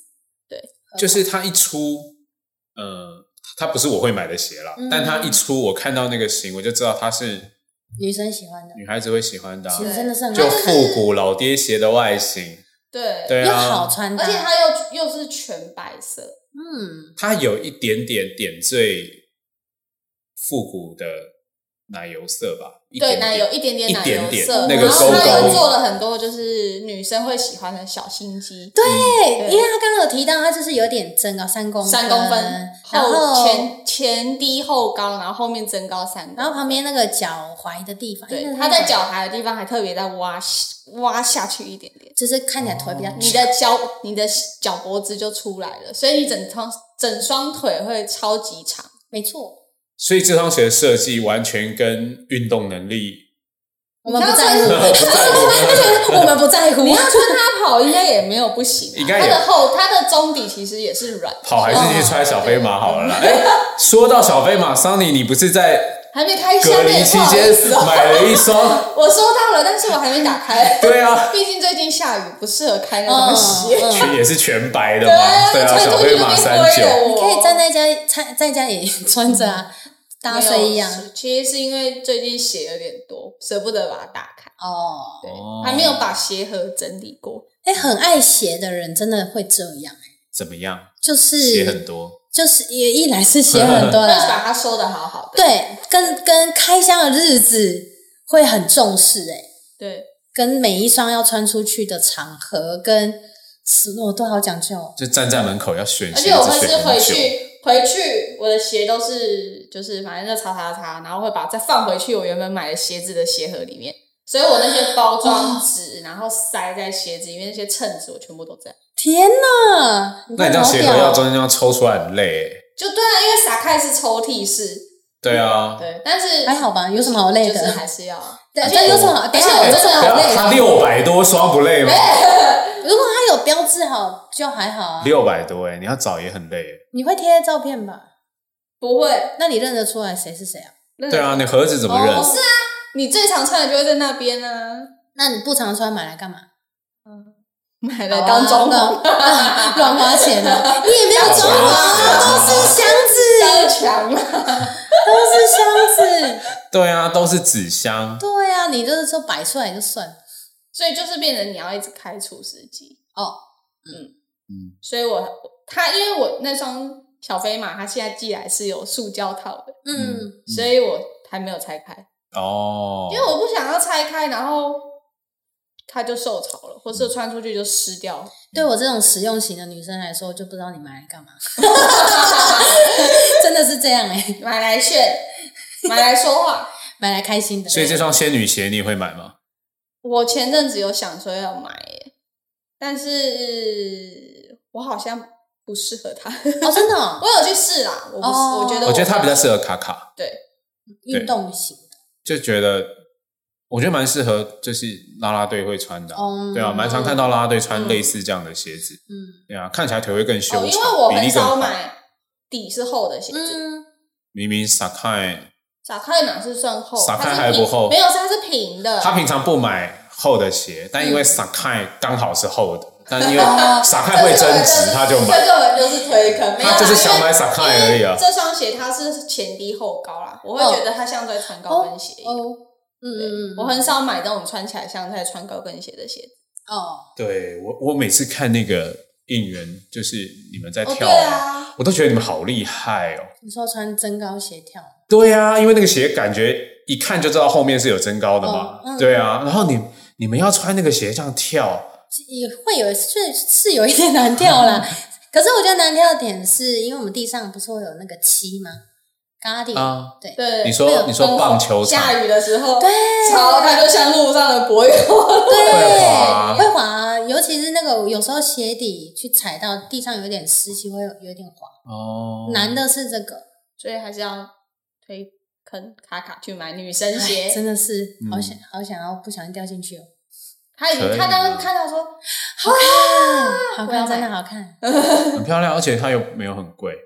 Speaker 1: 就是它一出，呃，它不是我会买的鞋啦，
Speaker 3: 嗯
Speaker 1: 但它一出，我看到那个型，我就知道它是
Speaker 3: 女生喜欢的，
Speaker 1: 女孩子会喜欢的啊，
Speaker 3: 其哦实真的是很好
Speaker 1: 就
Speaker 3: 看
Speaker 1: 复古老爹鞋的外形，
Speaker 2: 对，
Speaker 1: 对
Speaker 3: 又好
Speaker 1: 啊，
Speaker 3: 穿搭，
Speaker 2: 而且它又又是全白色，
Speaker 3: 嗯，
Speaker 1: 它有一点点点缀复古的奶油色吧，一
Speaker 2: 对，
Speaker 1: 点
Speaker 2: 奶
Speaker 1: 点
Speaker 2: 油一点点
Speaker 1: 一
Speaker 2: 奶
Speaker 1: 点
Speaker 2: 油
Speaker 1: 点
Speaker 2: 色，
Speaker 1: 那个
Speaker 2: 然后
Speaker 1: 勾
Speaker 2: 它
Speaker 1: 勾
Speaker 2: 又做了很多就是女生会喜欢的小心机，对，
Speaker 3: 对，
Speaker 2: 嗯对
Speaker 3: 因为他刚刚有提到，他就是有点增高三公分
Speaker 2: 三公分
Speaker 3: 然
Speaker 2: 后
Speaker 3: 后
Speaker 2: 前前低后高，然后后面增高三公分，
Speaker 3: 然后旁边那个脚踝的地方，因
Speaker 2: 对，
Speaker 3: 为
Speaker 2: 它在脚踝的地方还特别再挖挖下去一点点。
Speaker 3: 就是看起来腿比较
Speaker 2: 你的脚你的脚脖子就出来了，所以你整双整双腿会超级长。
Speaker 3: 没错，
Speaker 1: 所以这双鞋的设计完全跟运动能力
Speaker 3: 我们
Speaker 2: 你
Speaker 3: 不
Speaker 2: 要
Speaker 3: 在
Speaker 2: 穿
Speaker 3: 乎， 我们不在乎，
Speaker 2: 你要穿它跑应该也没有不行、啊，
Speaker 1: 应该
Speaker 2: 它
Speaker 1: 也
Speaker 2: 的后它的中底其实也是软，
Speaker 1: 跑，还是去穿小飞马好
Speaker 2: 哦
Speaker 1: 了啦。哎、说到小飞马，桑尼，你不是在
Speaker 2: 还没开
Speaker 1: 隔
Speaker 2: 箱
Speaker 1: 离
Speaker 2: 也
Speaker 1: 期
Speaker 2: 不好意
Speaker 1: 间
Speaker 2: 思哦、
Speaker 1: 买了 一双？
Speaker 2: 我收到了，但是我还没打开，
Speaker 1: 对啊，
Speaker 2: 毕竟最近下雨不适合开那双
Speaker 3: 嗯
Speaker 2: 鞋。
Speaker 3: 嗯，
Speaker 1: 也是全白的嘛。对啊，
Speaker 2: 穿
Speaker 1: 小
Speaker 2: 出去
Speaker 1: 飞
Speaker 2: 就
Speaker 1: 马
Speaker 2: 被
Speaker 1: 三
Speaker 2: 灰
Speaker 1: 九。
Speaker 2: 了。
Speaker 3: 你
Speaker 2: 我
Speaker 3: 可以站在家，穿在家也穿着 啊，搭睡衣
Speaker 2: 没
Speaker 3: 啊，
Speaker 2: 有其实是因为最近鞋有点多，舍不得把它打开，
Speaker 3: 哦，
Speaker 2: 对，
Speaker 1: 哦
Speaker 2: 还没有把鞋盒整理过。
Speaker 3: 哎，很爱鞋的人真的会这样，
Speaker 1: 怎么样？
Speaker 3: 就
Speaker 1: 鞋很
Speaker 3: 是
Speaker 1: 多，
Speaker 3: 就是也一来是 鞋很多
Speaker 2: 但是
Speaker 3: 啦，
Speaker 2: 把它收的好好的。
Speaker 3: 对，跟跟开箱的日子会很重视哎、
Speaker 2: 对
Speaker 3: 跟每一双要穿出去的场合，跟死我都好讲究，
Speaker 1: 就站在门口要选
Speaker 2: 而
Speaker 1: 鞋
Speaker 2: 且我
Speaker 1: 子
Speaker 2: 会是
Speaker 1: 选
Speaker 2: 回
Speaker 1: 很久，
Speaker 2: 去回去，我的鞋都是就是反正就擦擦擦，然后会把再放回去我原本买的鞋子的鞋盒里面。所以我那些包装纸，然后塞在鞋子里面那些衬纸，我全部都在。
Speaker 3: 天哪！
Speaker 1: 那你这样
Speaker 3: 好
Speaker 1: 鞋
Speaker 3: 屌
Speaker 1: 盒
Speaker 3: 哦
Speaker 1: 要中间要抽出来很累欸。
Speaker 2: 就对啊，因为撒开是抽屉式，
Speaker 1: 对啊，
Speaker 2: 对，但是
Speaker 3: 还好吧？有什么好累
Speaker 2: 就是
Speaker 3: 的？
Speaker 2: 还是要。
Speaker 3: 对，
Speaker 2: 而
Speaker 3: 哎这
Speaker 2: 且
Speaker 3: 有什么好？等一下
Speaker 2: 而且
Speaker 3: 有
Speaker 2: 我
Speaker 3: 什么好
Speaker 1: 等
Speaker 3: 累
Speaker 1: 哎一下他
Speaker 3: 的？
Speaker 1: 六百多双不累吗？
Speaker 3: 如果他有标志好就还好啊。
Speaker 1: 六百多哎，你要找也很累欸。
Speaker 3: 你会贴照片吧？
Speaker 2: 不会，
Speaker 3: 那你认得出来谁是谁啊？
Speaker 2: 那
Speaker 1: 对啊，你盒子怎么认
Speaker 3: 哦？
Speaker 2: 是你最常穿的就会在那边啊，
Speaker 3: 那你不常穿买来干嘛？
Speaker 2: 买来当
Speaker 3: 装
Speaker 2: 装潢，
Speaker 3: 乱花钱啊！你也没有装潢啊，都是箱
Speaker 2: 当
Speaker 3: 子，
Speaker 2: 墙啊。
Speaker 3: 都是箱子。
Speaker 1: 对啊，都是纸箱。
Speaker 3: 对啊，你就是说摆出来就算了。
Speaker 2: 所以就是变成你要一直开除湿机
Speaker 3: 哦，
Speaker 2: 嗯
Speaker 1: 嗯，
Speaker 2: 所以我他因为我那双小飞马，它现在寄来是有塑胶套的，
Speaker 3: 嗯，
Speaker 2: 所以我还没有拆开，
Speaker 1: 哦
Speaker 2: 因，为我不想要拆开，然后它就受潮了，或
Speaker 1: 嗯
Speaker 2: 是穿出去就湿掉了。
Speaker 3: 对我这种实用型的女生来说，就不知道你买来干嘛， 真的是这样哎、
Speaker 2: 买来炫，买来说话。
Speaker 3: 买来开心的。
Speaker 1: 所以这双仙女鞋你会买吗？
Speaker 2: 我前阵子有想说要买耶，但是我好像不适合它。
Speaker 3: 哦，真的、哦，
Speaker 2: 我有去试啦，我不是，
Speaker 3: 哦
Speaker 2: 我觉得
Speaker 1: 我觉得它比较适
Speaker 2: 合。
Speaker 1: 合卡卡，
Speaker 2: 对，
Speaker 3: 运动型的，
Speaker 1: 就觉得我觉得蛮适合，就是啦啦队会穿的啊。
Speaker 3: 哦，
Speaker 1: 对啊，蛮常看到啦啦队穿
Speaker 2: 嗯
Speaker 1: 类似这样的鞋子。
Speaker 3: 嗯
Speaker 1: 对啊，看起来腿会更修
Speaker 2: 哦，
Speaker 1: 长，
Speaker 2: 因为我
Speaker 1: 比
Speaker 2: 很
Speaker 1: 例更
Speaker 2: 少
Speaker 1: 好。
Speaker 2: 买底是厚的鞋子，
Speaker 3: 嗯，
Speaker 1: 明明 Sakai
Speaker 2: 撒开哪是算厚？
Speaker 1: 撒开
Speaker 2: 它是
Speaker 1: 还不
Speaker 2: 平
Speaker 1: 厚
Speaker 2: 没有，它是平的。
Speaker 1: 他平常不买厚的鞋，但
Speaker 2: 嗯
Speaker 1: 因为 Sakai 刚好是厚的，但因为
Speaker 3: 哦
Speaker 1: Sakai 会增值，他就买。
Speaker 2: 这根本就是推坑，没有啦啊
Speaker 1: 他就是想
Speaker 2: 因
Speaker 1: 买
Speaker 2: 为
Speaker 1: Sakai 而已啊
Speaker 2: 因为这双鞋它是前低后高啦，我会
Speaker 3: 哦
Speaker 2: 觉得它像在穿高跟鞋一样。
Speaker 3: 哦，嗯嗯嗯，
Speaker 2: 我很少买这种穿起来像在穿高跟鞋的鞋子。
Speaker 3: 哦，
Speaker 1: 对我，我每次看那个应援，就是你们在
Speaker 2: 哦，对
Speaker 1: 跳舞，
Speaker 2: 啊，
Speaker 1: 我都觉得你们好厉害哦。
Speaker 3: 你说穿增高鞋跳，
Speaker 1: 对啊，因为那个鞋感觉一看就知道后面是有增高的嘛。
Speaker 3: 嗯嗯
Speaker 1: 对啊，然后你你们要穿那个鞋这样跳，
Speaker 3: 也会有是是有一点难 跳啦。可是我觉得难跳的点是因为我们地上不是会有那个漆吗？咖喱、
Speaker 1: 啊
Speaker 3: 对
Speaker 2: 对，
Speaker 1: 你
Speaker 2: 会
Speaker 1: 说
Speaker 2: 有
Speaker 1: 你说
Speaker 2: 灯
Speaker 1: 棒球场
Speaker 2: 下雨的时候，
Speaker 3: 对，
Speaker 2: 潮它就像路上的柏油，
Speaker 1: 会
Speaker 3: 对，
Speaker 1: 滑
Speaker 3: 会滑，尤其是那个有时候鞋底去踩到地上有点湿气，会有有点滑。
Speaker 1: 哦，
Speaker 3: 难的是这个，
Speaker 2: 所以还是要推坑卡卡去买女生
Speaker 3: 哎
Speaker 2: 鞋。
Speaker 3: 真的是
Speaker 1: 嗯
Speaker 3: 好想好想要不小心掉进去哦。
Speaker 2: 他已
Speaker 1: 可
Speaker 2: 经
Speaker 1: 以
Speaker 2: 他刚
Speaker 1: 啊
Speaker 2: 刚看到说，
Speaker 3: 好
Speaker 2: 我要买
Speaker 3: 看，真的好看。
Speaker 1: 很漂亮，而且它又没有很 贵。
Speaker 3: 嗯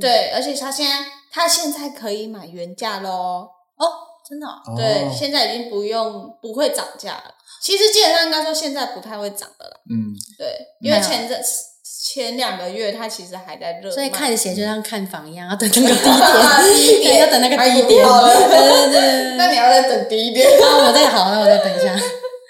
Speaker 2: 对，而且他现在他现在可以买原价喽，
Speaker 3: 哦，真的哦
Speaker 1: 哦
Speaker 2: 对，现在已经不用不会涨价了。其实基本上应该说现在不太会涨了啦，
Speaker 1: 嗯，
Speaker 2: 对，因为
Speaker 3: 没有
Speaker 2: 前阵前两个月它其实还在热卖，
Speaker 3: 所以看鞋就像看房一样，要等那个低
Speaker 2: 低
Speaker 3: 点，
Speaker 2: 点
Speaker 3: 要等那个低
Speaker 2: 买股
Speaker 3: 点。
Speaker 2: 票了
Speaker 3: 对对对
Speaker 2: 那
Speaker 3: 对
Speaker 2: 你要再等低一点。
Speaker 3: 对。啊，我再 好，那我再等一下。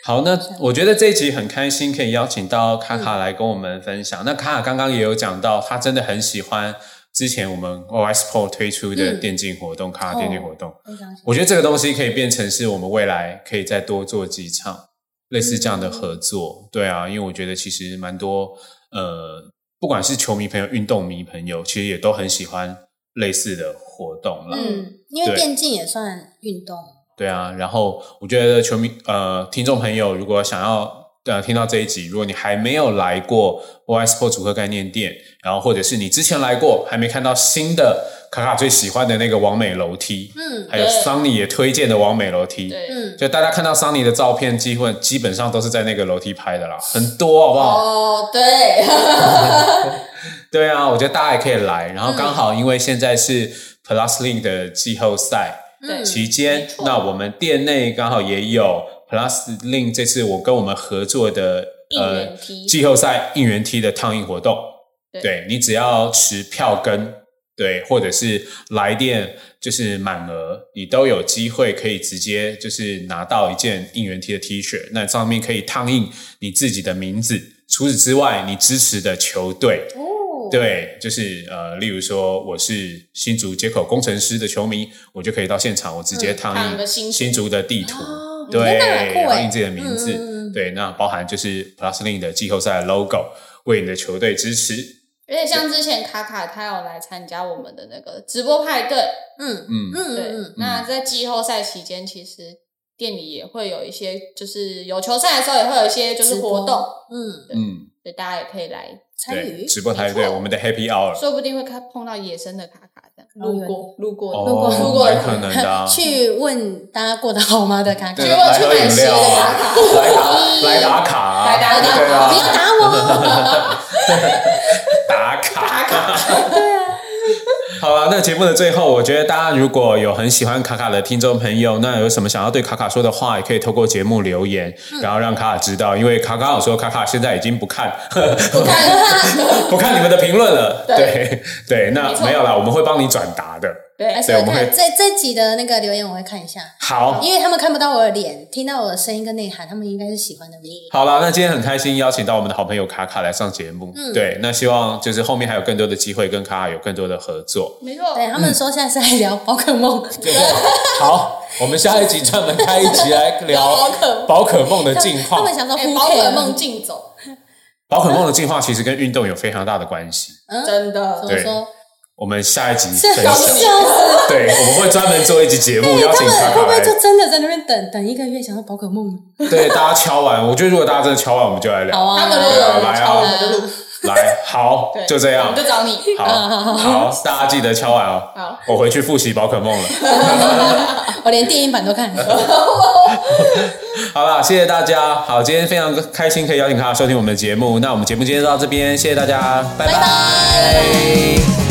Speaker 1: 好，那
Speaker 3: 啊
Speaker 1: 我觉得这一集很开心，可以邀请到卡
Speaker 3: 嗯
Speaker 1: 卡来跟我们分享。那卡卡刚刚也有讲到，他真的很喜欢之前我们 OS Pro 推出的
Speaker 3: 嗯
Speaker 1: 电竞活动，卡卡电竞活动。
Speaker 3: 非常
Speaker 1: 我觉得这个东西可以变成是我们未来可以再多做几场类似这样的合作。对啊，因为我觉得其实蛮多呃，不管是球迷朋友、运动迷朋友，其实也都很喜欢类似的活动啦。
Speaker 3: 嗯，因为
Speaker 1: 对
Speaker 3: 电竞也算运动。
Speaker 1: 对啊，然后我觉得球迷呃听众朋友，如果想要呃听到这一集，如果你还没有来过 OI Sport 组合概念店，然后或者是你之前来过还没看到新的卡卡最喜欢的那个王美楼梯，
Speaker 3: 嗯
Speaker 1: 还有
Speaker 2: 对
Speaker 1: Sunny 也推荐的王美楼梯，
Speaker 2: 对，
Speaker 3: 嗯，
Speaker 1: 就大家看到桑尼的照片，基本基本上都是在那个楼梯拍的啦，很多好不好？
Speaker 2: 哦，对，
Speaker 1: 对啊，我觉得大家也可以来。然后刚好因为现在是 Plus Link 的季后赛
Speaker 2: 对
Speaker 3: 嗯
Speaker 1: 期间
Speaker 2: 没，错
Speaker 1: 那我们店内刚好也有 Plus Link 这次我跟我们合作的
Speaker 2: 应
Speaker 1: 呃
Speaker 2: 援梯
Speaker 1: 季后赛应援梯的烫印活动。
Speaker 2: 对
Speaker 1: 对你只要持票根，对，或者是来电就是满额，你都有机会可以直接就是拿到一件应援 T 的 T 恤，那上面可以烫印你自己的名字。除此之外，你支持的球队，
Speaker 3: 哦，
Speaker 1: 对，就是呃，例如说我是新竹接口工程师的球迷，我就可以到现场，我直接
Speaker 3: 嗯
Speaker 1: 烫
Speaker 2: 烫一
Speaker 1: 印
Speaker 2: 个新竹
Speaker 1: 新竹的地图，
Speaker 3: 哦
Speaker 1: 对，
Speaker 3: 天哪酷欸
Speaker 1: 然后印自己的名
Speaker 3: 嗯
Speaker 1: 字，
Speaker 3: 嗯嗯
Speaker 1: 对，那包含就是 Plus Link 的季后赛 logo。为你的球队支持。
Speaker 2: 有点像之前卡卡他有来参加我们的那个直播派对，
Speaker 3: 嗯
Speaker 1: 嗯，
Speaker 3: 嗯
Speaker 2: 对，
Speaker 3: 嗯
Speaker 2: 那在季后赛期间，其实店里也会有一些，就是有球赛的时候也会有一些就是活动，，
Speaker 3: 嗯，
Speaker 1: 嗯，
Speaker 2: 对，大家也可以来，
Speaker 3: 参
Speaker 1: 对，
Speaker 3: 与
Speaker 1: 直播台对我们的 Happy Hour，
Speaker 2: 说不定会看碰到野生的卡卡这样
Speaker 3: 哦
Speaker 2: 路过路过
Speaker 1: 哦
Speaker 2: 路过路过
Speaker 1: 蛮可能的啊
Speaker 3: 去问大家过得好吗的卡卡
Speaker 1: 对，
Speaker 2: 结果去买鞋的卡卡，
Speaker 1: 来打来打卡啊，
Speaker 2: 来打卡
Speaker 1: 对
Speaker 3: 不要
Speaker 1: 啊，
Speaker 3: 打我，
Speaker 1: 打卡。啊
Speaker 2: 打卡，
Speaker 1: 好了，那节目的最后，我觉得大家如果有很喜欢卡卡的听众朋友，那有什么想要对卡卡说的话，也可以透过节目留言，然后让卡卡知道，因为卡卡有说卡卡现在已经不看
Speaker 2: 不 看，
Speaker 1: 不看你们的评论了，对
Speaker 2: 对
Speaker 1: 对，那
Speaker 2: 没错
Speaker 1: 没有啦，我们会帮你转达的。
Speaker 3: 还
Speaker 2: 对，
Speaker 3: 是我
Speaker 1: 对我们
Speaker 3: 看
Speaker 1: 会
Speaker 3: 这这集的那个留言我会看一下，
Speaker 1: 好，
Speaker 3: 因为他们看不到我的脸，听到我的声音跟内涵，他们应该是喜欢的。
Speaker 1: 好啦，那今天很开心邀请到我们的好朋友卡卡来上节目，
Speaker 3: 嗯
Speaker 1: 对，那希望就是后面还有更多的机会跟卡卡有更多的合作。
Speaker 2: 没错，
Speaker 3: 对他们说现在是在聊宝可梦，
Speaker 1: 对，好，我们下一集专门开一集来聊
Speaker 2: 宝可梦
Speaker 1: 宝可梦的
Speaker 3: 他
Speaker 1: 进
Speaker 3: 们
Speaker 1: 化。
Speaker 3: 他们想说
Speaker 2: 哎
Speaker 3: who
Speaker 2: 宝可
Speaker 3: care
Speaker 2: 梦竞走，
Speaker 1: 宝可梦的进化其实跟运动有非常大的关系。
Speaker 3: 嗯，怎
Speaker 2: 真的
Speaker 3: 么
Speaker 1: 对
Speaker 3: 说？
Speaker 1: 我们下一集
Speaker 3: 这
Speaker 1: 分
Speaker 3: 笑
Speaker 1: 享，
Speaker 3: 死！
Speaker 1: 对，我们会专门做一集节目，邀
Speaker 3: 啊他
Speaker 1: 请
Speaker 3: 们
Speaker 1: 卡
Speaker 3: 会
Speaker 1: 卡
Speaker 3: 不会
Speaker 1: 来。
Speaker 3: 就真的在那边等等一个月，想到宝可梦呢？
Speaker 1: 对，大家敲完，我觉得如果大家真的敲完，我们就来聊。
Speaker 3: 好啊，
Speaker 2: 他们如果有人敲我
Speaker 3: 来
Speaker 2: 们
Speaker 3: 啊
Speaker 2: 就录，
Speaker 1: 来，好
Speaker 2: 对，，
Speaker 1: 就这
Speaker 2: 我
Speaker 1: 样
Speaker 2: 们就。找你，
Speaker 1: 好，
Speaker 3: 嗯好好
Speaker 1: 好，大家记得敲完哦。
Speaker 2: 好，
Speaker 1: 我回去复习宝可梦 了。
Speaker 3: 我连电影版都看了。
Speaker 1: 好啦，谢谢大家。好，今天非常开心可以邀请卡卡收听我们的节目。那我们节目今天就到这边，谢谢大家，拜拜